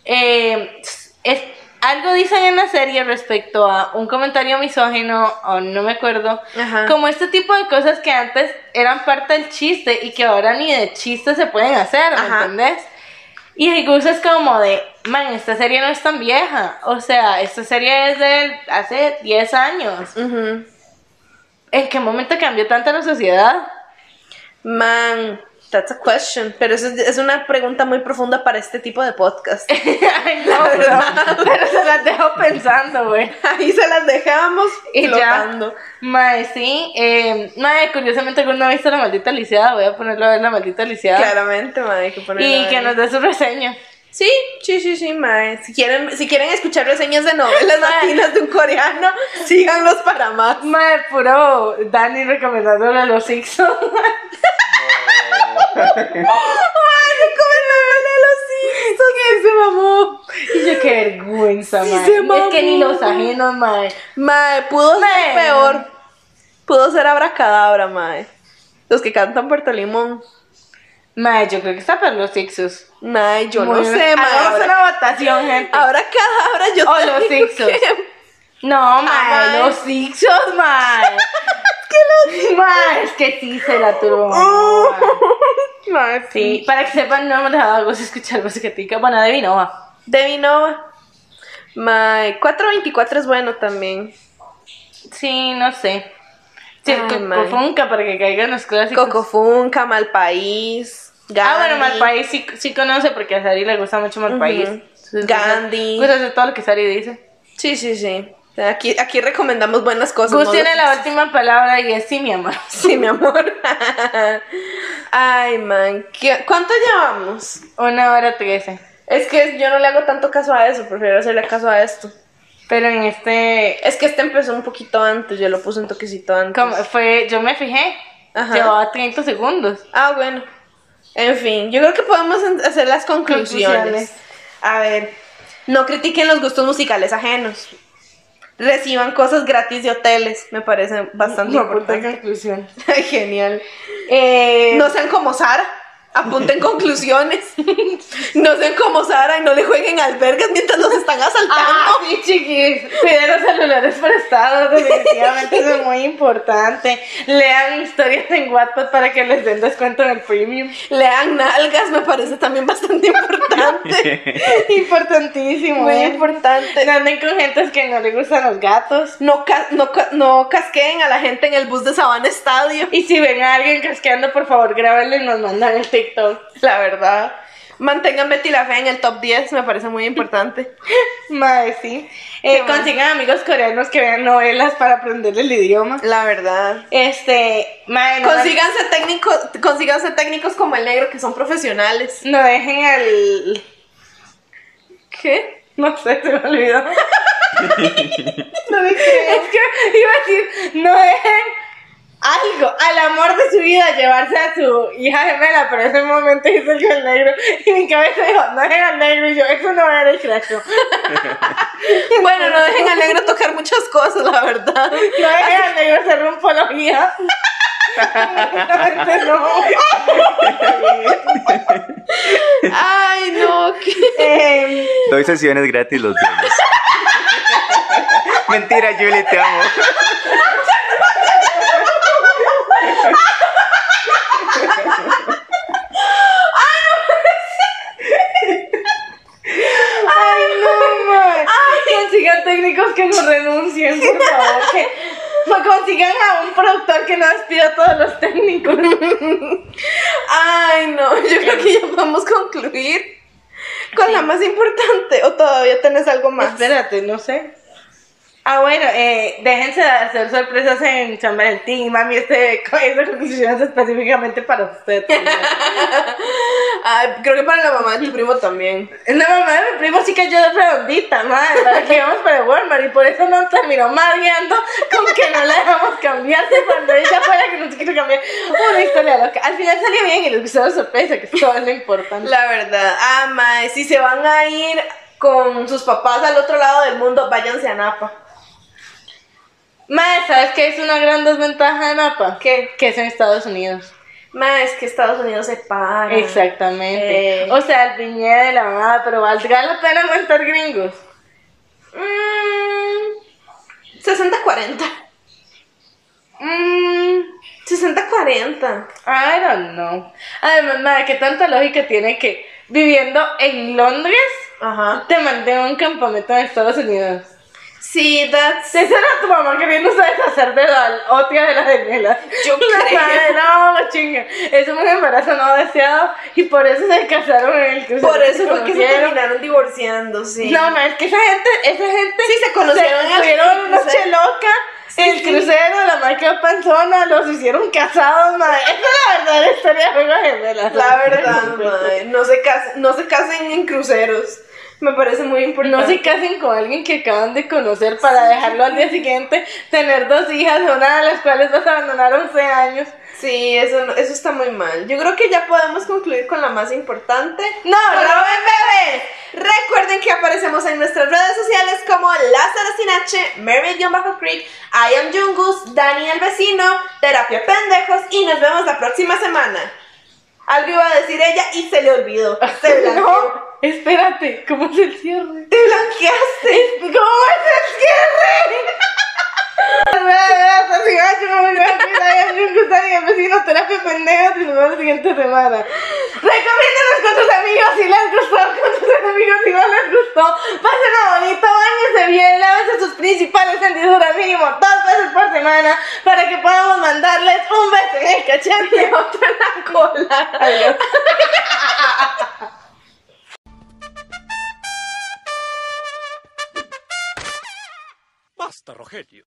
Speaker 1: Eh, es- algo dicen en la serie respecto a un comentario misógino, o no me acuerdo,
Speaker 2: Ajá.
Speaker 1: como este tipo de cosas que antes eran parte del chiste y que ahora ni de chiste se pueden hacer, ¿me
Speaker 2: Ajá.
Speaker 1: entendés? Y el gusto es como de, man, esta serie no es tan vieja, o sea, esta serie es de hace 10 años.
Speaker 2: Ujú.
Speaker 1: ¿En qué momento cambió tanto la sociedad? [LAUGHS]
Speaker 2: Man, that's a question. Pero eso es, es una pregunta muy profunda para este tipo de
Speaker 1: [LAUGHS]
Speaker 2: podcast.
Speaker 1: Ay, no,
Speaker 2: [LAUGHS]
Speaker 1: pero, pero se las dejo pensando, güey.
Speaker 2: Ahí se las dejamos
Speaker 1: Y
Speaker 2: flotando.
Speaker 1: ya, mae, sí, eh, mae, curiosamente alguno ha visto la maldita lisiada, voy a ponerlo a ver la maldita lisiada.
Speaker 2: Claramente, mae, hay que ponerlo
Speaker 1: Y
Speaker 2: ahí.
Speaker 1: que nos dé su reseña.
Speaker 2: Sí, sí, sí, sí, mae. Si quieren, si quieren escuchar reseñas de
Speaker 1: [LAUGHS]
Speaker 2: novelas latinas de un coreano, síganlos para más. [LAUGHS]
Speaker 1: Mae, puro Dani recomendándole a los Sixon. [LAUGHS]
Speaker 2: ¡Ay, se mamó!
Speaker 1: Y yo, qué vergüenza,
Speaker 2: Sí,
Speaker 1: mae.
Speaker 2: se
Speaker 1: Es que ni
Speaker 2: mamó.
Speaker 1: los ajenos, mae.
Speaker 2: Mae, eh, pudo ser
Speaker 1: Mae.
Speaker 2: peor. Pudo ser abracadabra, mae. Los que cantan Puerto Limón.
Speaker 1: Mae, yo creo que está para los Sixos.
Speaker 2: Mae, eh, yo no
Speaker 1: Muy bien.
Speaker 2: sé, mae.
Speaker 1: Hagamos
Speaker 2: Ahora, Ah,
Speaker 1: una votación, gente.
Speaker 2: abracadabra, yo
Speaker 1: O los
Speaker 2: te digo [LAUGHS]
Speaker 1: Sixos.
Speaker 2: que-
Speaker 1: No, mae,
Speaker 2: mae.
Speaker 1: los Sixos,
Speaker 2: [LAUGHS]
Speaker 1: mae. es que los Mae, es que sí se la turbó.
Speaker 2: Oh.
Speaker 1: mae.
Speaker 2: Mae,
Speaker 1: Sí, para que sepan, no hemos dejado a Gus escuchar musiquetica. Bueno, de Vinova.
Speaker 2: De Vinova. Mae, 424 eh, es bueno también.
Speaker 1: Sí, no sé. Sí,
Speaker 2: Ay,
Speaker 1: Coco
Speaker 2: mae.
Speaker 1: Funka, para que caigan los clásicos.
Speaker 2: Cocofunca, Malpaís, Gandhi.
Speaker 1: pues. Ah, bueno, Malpaís sí, sí conoce porque a Sari le gusta mucho Malpaís.
Speaker 2: Ujú.
Speaker 1: Entonces,
Speaker 2: Gandhi.
Speaker 1: Gus hace todo lo que Sari dice.
Speaker 2: Sí, sí, sí. Aquí, aquí recomendamos buenas cosas.
Speaker 1: Gus
Speaker 2: ¿no?
Speaker 1: tiene la última palabra y es sí, mi amor.
Speaker 2: [LAUGHS]
Speaker 1: [LAUGHS]
Speaker 2: Sí, mi amor. [LAUGHS] Ay, man. ¿qué- ¿Cuánto llevamos?
Speaker 1: Una hora trece.
Speaker 2: Es que yo no le hago tanto caso a eso, prefiero hacerle caso a esto.
Speaker 1: Pero en este.
Speaker 2: Es que este empezó un poquito antes, yo lo puse un toquecito antes.
Speaker 1: como fue, yo me fijé.
Speaker 2: Ajá.
Speaker 1: Llevaba 30 segundos.
Speaker 2: Ah, bueno. En fin, yo creo que podemos en- hacer las conclusiones.
Speaker 1: Conclusiones.
Speaker 2: A ver, no critiquen los gustos musicales ajenos. Reciban cosas gratis de hoteles, me parece bastante
Speaker 1: No,
Speaker 2: importante.
Speaker 1: conclusión.
Speaker 2: Ay, Genial.
Speaker 1: Eh,
Speaker 2: No sean como Sara. [LAUGHS] Apunten conclusiones. No sean como Sara y no le jueguen albergas mientras los están
Speaker 1: Ah,
Speaker 2: asaltando.
Speaker 1: sí, chiquis. Cuiden los celulares prestados, definitivamente eso es muy importante. Lean historias en WhatsApp para que les den descuento en el premium.
Speaker 2: Lean nalgas, me parece también [LAUGHS] bastante importante.
Speaker 1: Oh.
Speaker 3: [LAUGHS]
Speaker 1: Importantísimo.
Speaker 2: Muy
Speaker 1: ¿eh?
Speaker 2: importante.
Speaker 1: No anden con gentes que no les gustan los gatos.
Speaker 2: No, ca- no, ca- no casqueen a la gente en el bus de Sabana Estadio.
Speaker 1: Y si ven a alguien casqueando, por favor, grábenlo y nos mandan el TikTok.
Speaker 2: La verdad. Mantengan Betty la Fe en el top 10, me parece muy importante.
Speaker 1: Madre, sí. Eh,
Speaker 2: Qué bueno.
Speaker 1: consigan amigos coreanos que vean novelas para aprender el idioma.
Speaker 2: La verdad.
Speaker 1: Este, madre, no-
Speaker 2: Consíganse, técnico, consíganse técnicos como el negro que son profesionales.
Speaker 1: no dejen al.
Speaker 2: ¿Qué?
Speaker 1: No sé, se me [LAUGHS] olvidó.
Speaker 2: No me creo.
Speaker 1: Es que iba a decir, no dejen algo, al amor de su vida, llevarse a su hija gemela, pero en ese momento hizo el el negro y mi cabeza dijo, no dejen al negro y yo, eso no era el cracho.
Speaker 2: [LAUGHS] Bueno, no dejen al negro tocar muchas cosas, la verdad.
Speaker 1: No dejen al negro ser rumpología. [LAUGHS] Definitivamente no.
Speaker 2: Ay, no, qué-
Speaker 1: Eh,
Speaker 4: Doy sesiones gratis los viernes. [LAUGHS] Mentira, Julie, te amo.
Speaker 1: ay, no, man. Consigan técnicos que no renuncien, por favor. Que no consigan a un productor que no despida a todos los [LAUGHS] técnicos.
Speaker 2: Ay, no, yo creo que ya podemos concluir con la más importante. ¿O todavía tenés algo más?
Speaker 1: Espérate, no Pues sé. Ah, bueno, eh, déjense de hacer sorpresas en San Valentín, mami, este, [LAUGHS] esta conclusión es específicamente para usted.
Speaker 2: Ah, creo que para la mamá de tu primo también.
Speaker 1: La mamá de mi primo sí cayó de redondita, madre, para que íbamos para el Walmart y por eso nos terminó madreando con que no la dejamos cambiarse cuando ella fuera que no se quiso cambiar. Una historia loca. Al final salió bien y les gustó la sorpresa, que es todo lo importante.
Speaker 2: La verdad. Ah, mae, si se van a ir con sus papás al otro lado del mundo, váyanse a Napa.
Speaker 1: Madre, ¿sabes qué es una gran desventaja de Napa? ¿Qué? Que es en Estados Unidos.
Speaker 2: Mae, es que Estados Unidos se para.
Speaker 1: Exactamente.
Speaker 2: Ah, Eh.
Speaker 1: O sea, el viñedo de la mamá, pero ¿valdrá la pena montar gringos?
Speaker 2: Mm, 60-40.
Speaker 1: Mmm.
Speaker 2: 60-40.
Speaker 1: I don't know. Además, madre, ¿qué tanta lógica tiene que viviendo en Londres
Speaker 2: Ajá.
Speaker 1: te mandé a un campamento en Estados Unidos?
Speaker 2: Sí, that's.
Speaker 1: Esa era tu mamá queriéndose deshacer de la otra de la gemela.
Speaker 2: [LAUGHS] Yo
Speaker 1: [LAUGHS] La
Speaker 2: creo.
Speaker 1: madre, no, chinga. Es un embarazo no deseado y por eso se casaron en el crucero.
Speaker 2: Por eso fue que se
Speaker 1: conocieron.
Speaker 2: terminaron divorciando, sí.
Speaker 1: No, ma, es que esa gente, esa gente
Speaker 2: Sí, se conocieron en
Speaker 1: se
Speaker 2: el
Speaker 1: tuvieron una
Speaker 2: crucero.
Speaker 1: noche loca, el crucero, la marca panzona, los hicieron casados, madre. Esa es la verdadera historia de Juego de Gemelas.
Speaker 2: La verdad, mae, no se, cas- no se casen en cruceros. Me parece muy importante.
Speaker 1: No se casen con alguien que acaban de conocer para dejarlo al día siguiente, tener dos hijas, una de las cuales vas a abandonar 11 años.
Speaker 2: Sí, eso, no- eso está muy mal. Yo creo que ya podemos concluir con la más importante.
Speaker 1: No,
Speaker 2: ¡No
Speaker 1: no.
Speaker 2: roben bebés! Recuerden que aparecemos en nuestras redes sociales como Lázaro Sinache, Mary-Creek, I am Jungus, Dani el vecino, Terapia Pendejos y nos vemos la próxima semana. Algo iba a decir ella y se le olvidó. Se
Speaker 1: [LAUGHS]
Speaker 2: blanqueó.
Speaker 1: No, espérate, ¿cómo es el cierre?
Speaker 2: ¡Te blanqueaste!
Speaker 1: ¿Cómo es el cierre? Gracias, Ignacio, muy gracias. Ay, a mí me gustaría el vecino terapia pendeja y nos vemos la siguiente semana. Recomiéndanos con tus amigos si les gustó, con tus enemigos si no les gustó. Pásenlo bonito, bañense bien, lávense sus principales hendiduras mínimo dos veces por semana para que podamos mandarles un beso en el cachete y otro en la cola. Adiós.
Speaker 5: Basta, Rogelio.